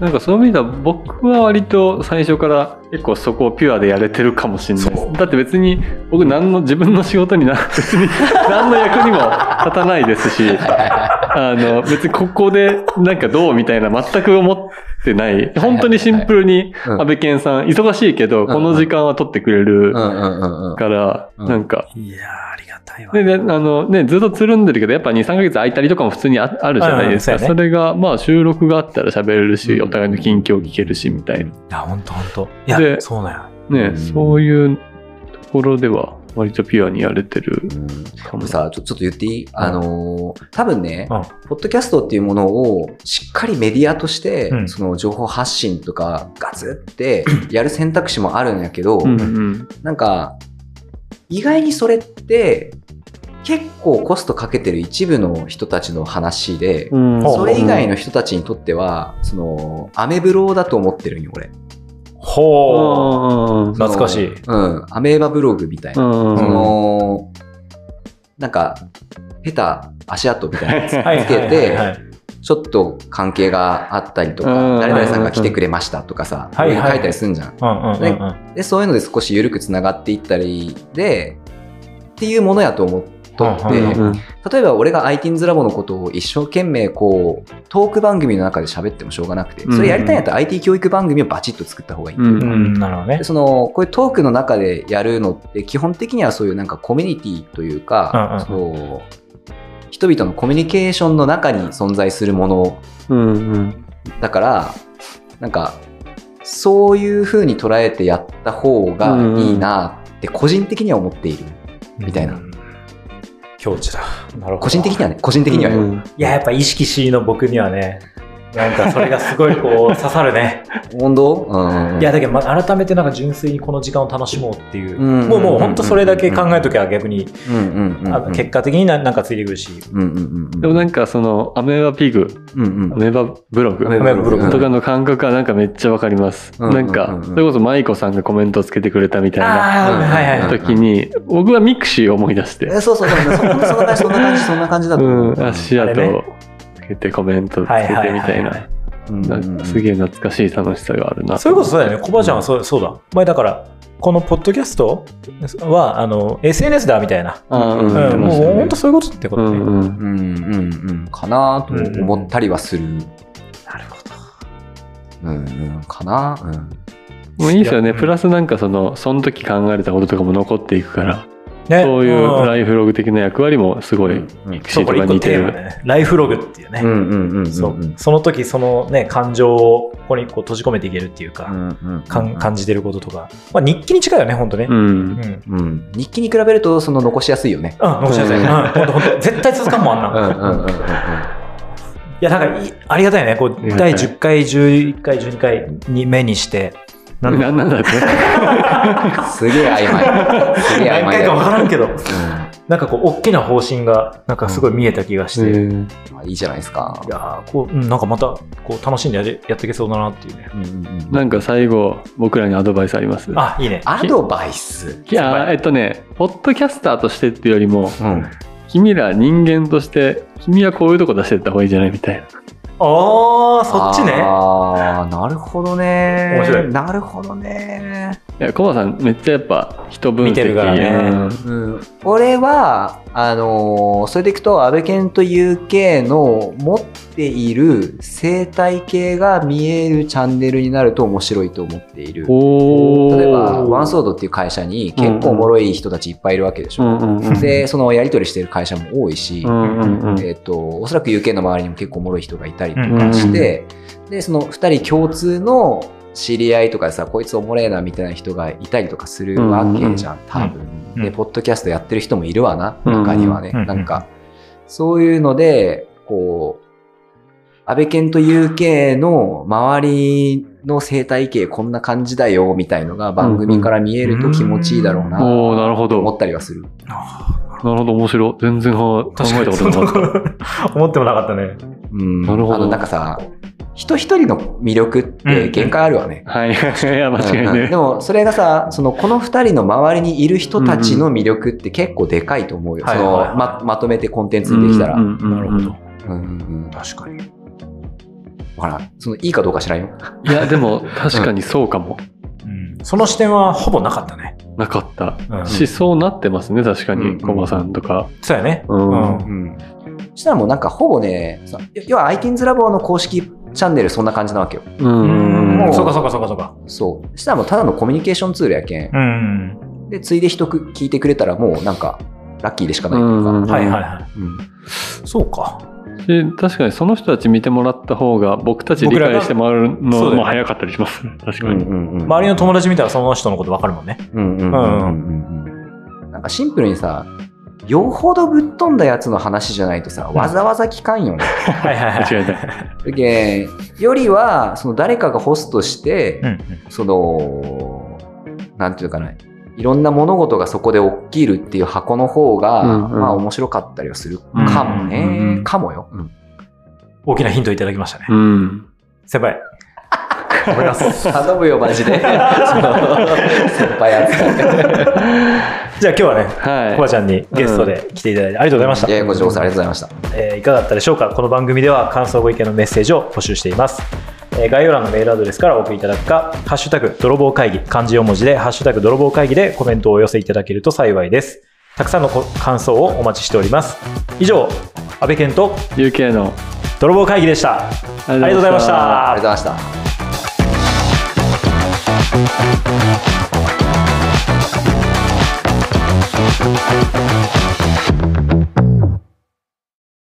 Speaker 3: なんかそういう意味では僕は割と最初から結構そこをピュアでやれてるかもしれないですだって別に僕何の自分の仕事にな別 に何の役にも立たないですしあの別にここでなんかどうみたいな全く思ってない本当にシンプルに
Speaker 2: うん
Speaker 3: 安倍健さん忙しいけど
Speaker 2: んうん
Speaker 3: この時間は取ってくれる
Speaker 2: うんうんうんうん。
Speaker 3: から
Speaker 2: うん
Speaker 3: なんか
Speaker 1: いやーありがたいわ
Speaker 3: で、ね、あのね、ずっとつるんでるけど、やっぱ2、3ヶ月空いたりとかも普通にああるじゃないです
Speaker 1: う
Speaker 3: か。
Speaker 1: んうんそう
Speaker 3: そ
Speaker 1: や
Speaker 3: れが、まあ収録があったら喋れるし、
Speaker 2: うん
Speaker 3: お互いの近況聞けるし、みたいな。
Speaker 1: いやほんとほんといや
Speaker 3: で
Speaker 1: そうなんや
Speaker 2: う
Speaker 3: ね、
Speaker 2: ん
Speaker 3: そういうところでは、割とピュアにやれてる
Speaker 2: うん
Speaker 3: かも
Speaker 2: 僕。さちょちょっと言っていい、あのー多分ね、
Speaker 1: うん
Speaker 2: ポッドキャストっていうものをしっかりメディアとして、
Speaker 1: うん
Speaker 2: その情報発信とかガ ツってやる選択肢もあるんやけど、
Speaker 3: うんうん。
Speaker 2: なんか意外にそれって結構コストかけてる一部の人たちの話で、
Speaker 3: うん
Speaker 1: ほう
Speaker 2: それ以外の人たちにとっては、その、アメブロだと思ってるんよ、俺。
Speaker 1: ほう
Speaker 3: うんうん
Speaker 1: 懐かしい
Speaker 2: そのうん、アメーバブログみたいな。
Speaker 3: うん
Speaker 2: その、なんか、下手、足跡みたいなやつ
Speaker 1: はい
Speaker 2: つけ
Speaker 1: はい
Speaker 2: て
Speaker 1: はいはい
Speaker 2: ちょっと関係があったりと
Speaker 3: う
Speaker 2: か、
Speaker 3: ん
Speaker 2: 誰々さんが来てくれましたとかさ、
Speaker 1: はい
Speaker 2: そういうの書いたりするんじゃん。
Speaker 1: うんうんうんうん
Speaker 2: で、そういうので少し緩くつながっていったりで、っていうものやと思っとっ
Speaker 1: うん
Speaker 2: て、
Speaker 3: うん
Speaker 2: 例えば俺が iTeens ラボのことを一生懸命こう、トーク番組の中で喋ってもしょうがなくて、それやりたいんやったら IT 教育番組をバチッと作った方がいい。
Speaker 3: うん
Speaker 1: う
Speaker 3: うんん
Speaker 1: なるほどね
Speaker 2: でそのこういうトークの中でやるのって基本的にはそういうなんかコミュニティというか、
Speaker 1: う
Speaker 2: そう人々のコミュニケーションの中に存在するもの
Speaker 3: うんうん
Speaker 2: だからなんかそういう風に捉えてやった方がいいなって個人的には思っている、みたいな
Speaker 1: うん境地だなるほど
Speaker 2: 個人的にはね個人的にはね、
Speaker 3: うん
Speaker 1: いややっぱ意識しいの僕にはねなんかそれがすごいこ う刺さるね
Speaker 2: 温度、うん、
Speaker 1: いやだけど、ま、改めてなんか純粋にこの時間を楽しもうっていう、
Speaker 2: うん
Speaker 1: もうもう本当それだけ考えときゃ逆に、
Speaker 2: うんうんうんうん
Speaker 1: あの結果的にななんかついてくるし、
Speaker 2: うんうんうん
Speaker 3: でもなんかその、アメーバピグ、
Speaker 2: うんうん
Speaker 3: アメーバブログ
Speaker 2: アメー
Speaker 1: バブログ
Speaker 3: とかの感覚はなんかめっちゃわかります。
Speaker 2: うんうんう
Speaker 3: なんんか、それこそ舞子さんがコメントをつけてくれたみたいな。
Speaker 1: ああ、
Speaker 2: うん
Speaker 1: はいはい、
Speaker 2: うん
Speaker 3: 時に、僕はミクシーを思い出して、
Speaker 2: えそうそうでもねそんなそんな感じそんな感じそんな感じだと思
Speaker 3: うん、足
Speaker 1: あれ
Speaker 3: 跡
Speaker 1: ね
Speaker 3: をつけてコメントつけ
Speaker 1: はいはいは
Speaker 3: て
Speaker 1: い
Speaker 3: みたいな、
Speaker 2: うん
Speaker 3: な
Speaker 2: うんんう
Speaker 3: か
Speaker 2: ん
Speaker 3: すげえ懐かしい楽しさがあるな。
Speaker 1: それこそそうだよねコバちゃんはそうそうだ前だからこのポッドキャストはあの SNS だみたいな、
Speaker 3: あー、
Speaker 1: う
Speaker 3: う、
Speaker 1: ん
Speaker 3: 言って
Speaker 1: ん、
Speaker 3: ま
Speaker 1: も
Speaker 3: し
Speaker 1: う
Speaker 3: たね
Speaker 1: 本当そういうことってこ
Speaker 3: う
Speaker 1: とね、
Speaker 3: んうん。
Speaker 2: うんうんうんかなと思ったりはする。
Speaker 1: なるほど
Speaker 2: うんうんかな。うん
Speaker 3: もういいですよ
Speaker 1: い
Speaker 3: ね。
Speaker 1: や
Speaker 3: プラスなんかその、その時考えれたこととかも残っていくから、
Speaker 1: ね
Speaker 3: そういうんライフログ的な役割もすごい、ミクシ
Speaker 1: そう
Speaker 3: ー
Speaker 1: ことれ
Speaker 3: か
Speaker 1: 一個
Speaker 3: 似て
Speaker 1: テーマ
Speaker 3: る。
Speaker 1: だよねライフログっていうね、
Speaker 2: うんうんうんうん
Speaker 1: そううんその時そのね感情をここにこう閉じ込めていけるっていうか、
Speaker 2: うんうん
Speaker 1: かん感じてることとか、まあ、日記に近いよね本当ね
Speaker 3: う、ん。
Speaker 1: うん
Speaker 2: うん日記に比べるとその残しやすいよね。
Speaker 1: うん、ごめんなさい。うん、ほんとほんと絶対続かんもん、あ
Speaker 2: うんんう。
Speaker 1: なん
Speaker 2: うんうんうん
Speaker 1: いや、なんかい、ありがたいね。こ
Speaker 3: り
Speaker 1: う、
Speaker 3: がたい
Speaker 1: 第10回、11回、12回に目にして、なん
Speaker 3: なんなんだって。
Speaker 2: すげえ曖昧。すげえ曖
Speaker 1: 何
Speaker 2: 昧
Speaker 1: 回
Speaker 2: だ
Speaker 1: かわか
Speaker 2: よ。
Speaker 1: らんけど、
Speaker 2: う
Speaker 1: なんかこう、大きな方針が、なんかすごい見えた気がして、い
Speaker 3: うん
Speaker 2: んまあいいじゃないですか。
Speaker 1: やーこう、うん、なんかまた、こう、楽しんでやれやっていけそうだなっていうね。
Speaker 2: うんうんうん
Speaker 3: なんか最後、僕らにアドバイスあります
Speaker 1: あ、いいね。
Speaker 2: アドバイス。
Speaker 3: いやー、えっとね、ポッドキャスターとしてっていうよりも、
Speaker 2: うん
Speaker 3: 君ら人間として君はこういうとこ出してった方がいいんじゃないみたいな
Speaker 1: ああ、そっちね。
Speaker 2: ああ、なるほどね。
Speaker 1: 面白い
Speaker 2: なるほどね。
Speaker 3: いや、コバさん、めっちゃやっぱ人分析
Speaker 1: 見てるからね
Speaker 2: うん、俺は、あのーそれでいくと、安倍健と UK の持っている生態系が見えるチャンネルになると面白いと思っている
Speaker 3: うん。おお。
Speaker 2: 例えば、ワンソードっていう会社に結構おもろい人たちいっぱいいるわけでし
Speaker 3: う
Speaker 2: ょ。
Speaker 3: んうんうん。
Speaker 2: で、そのやり取りしてる会社も多いし、
Speaker 3: うんうんうん、
Speaker 2: えっとおそらく UK の周りにも結構おもろい人がいたりとかして、でその2人共通の知り合いとかでさこいつおもれえなみたいな人がいたりとかするわけじゃん、多分、
Speaker 1: うん
Speaker 2: でポッドキャストやってる人もいるわな
Speaker 3: うん
Speaker 2: 中にはね、
Speaker 1: うん
Speaker 2: なんかそういうのでこう安倍健と UK の周りの生態系こんな感じだよみたいのが番組から見えると気持ちいいだろうな
Speaker 3: おおなるほ
Speaker 2: と
Speaker 3: ど。な
Speaker 2: 思ったりはする。
Speaker 3: るほど、面白い。全然考えたことなかった。
Speaker 1: った。 思ってもなかったね。
Speaker 2: うん、
Speaker 3: なるほど
Speaker 2: あのなんかさ人一人の魅力って限界あるわね。
Speaker 3: はい、 いや、間違い
Speaker 2: うんうん
Speaker 3: ね
Speaker 2: で。もそれがさそのこの2人の周りにいる人たちの魅力って結構でかいと思うよ、
Speaker 1: はい
Speaker 2: その
Speaker 1: はいはい
Speaker 2: ままとめてコンテンツにできたら。
Speaker 3: うんうんうんうん。
Speaker 2: うんうんうん
Speaker 1: 確かに。
Speaker 2: わからんそのいいかどうか知らんよ。
Speaker 3: いや、でも、確かにそうかも。
Speaker 1: うんその視点はほぼなかったね。
Speaker 3: なかった。
Speaker 1: うん
Speaker 3: しそうなってますね、確か
Speaker 2: うんうん
Speaker 3: に。コバさんとか。
Speaker 1: そうやね。
Speaker 3: うん
Speaker 1: うん
Speaker 2: うん、そしたらもうなんかほぼねさ要は iTunes ラボの公式チャンネルそんな感じなわけよ。
Speaker 3: う。
Speaker 1: うん
Speaker 2: も
Speaker 1: ん。
Speaker 2: う
Speaker 1: そうかそうかそうかそうか。
Speaker 2: そうそしたらもうただのコミュニケーションツールやけん。
Speaker 1: うん。
Speaker 2: でついで一句聞いてくれたらもうなんかラッキーでしかないというか。
Speaker 3: うんうん
Speaker 1: はいはいはい。
Speaker 2: うん
Speaker 1: そうか。
Speaker 3: し確かにその人たち見てもらった方が僕たち理
Speaker 1: 僕らが
Speaker 3: 解してもら
Speaker 1: そ
Speaker 3: う
Speaker 1: うだ
Speaker 3: の
Speaker 1: よ
Speaker 3: も早かったりします。確かに。
Speaker 2: うんうんうん
Speaker 1: 周りの友達見たらその人のことわかるもんね。
Speaker 2: うんうんうんうんなんかシンプルにさ、よほどぶっ飛んだやつの話じゃないとさ、わざわざ聞かんよね。
Speaker 1: はいはい はい。
Speaker 3: 間違いない。
Speaker 2: だけんよりは、その誰かがホストして、
Speaker 1: うんうん。
Speaker 2: その、なんていうかな、いろんな物事がそこで起きるっていう箱の方が、
Speaker 3: うんうん
Speaker 2: まあ面白かったりはするかもね。
Speaker 1: うんうんうん
Speaker 2: かもよ。
Speaker 1: 大きなヒントいただきましたね。
Speaker 3: うん。
Speaker 1: 先輩。頑張ります。
Speaker 2: 頼むよ、マ ジで。その先輩扱い。
Speaker 1: じゃあ今日はね、 コバ
Speaker 3: は
Speaker 1: ちゃんにゲストで来ていただいてありがとうございました。
Speaker 2: いや、ごちそうさまありがとうございました。
Speaker 1: えーいかがだったでしょうかこの番組では感想ご意見のメッセージを募集しています、えー概要欄のメールアドレスからお送りいただくか「ハッシュタグ泥棒会議」漢字4文字で「ハッシュタグ泥棒会議」でコメントをお寄せいただけると幸いですたくさんのご感想をお待ちしております以上安倍健と
Speaker 3: い。UK の。
Speaker 1: 泥棒会議でしたありがとうございました
Speaker 2: ありがとうございました。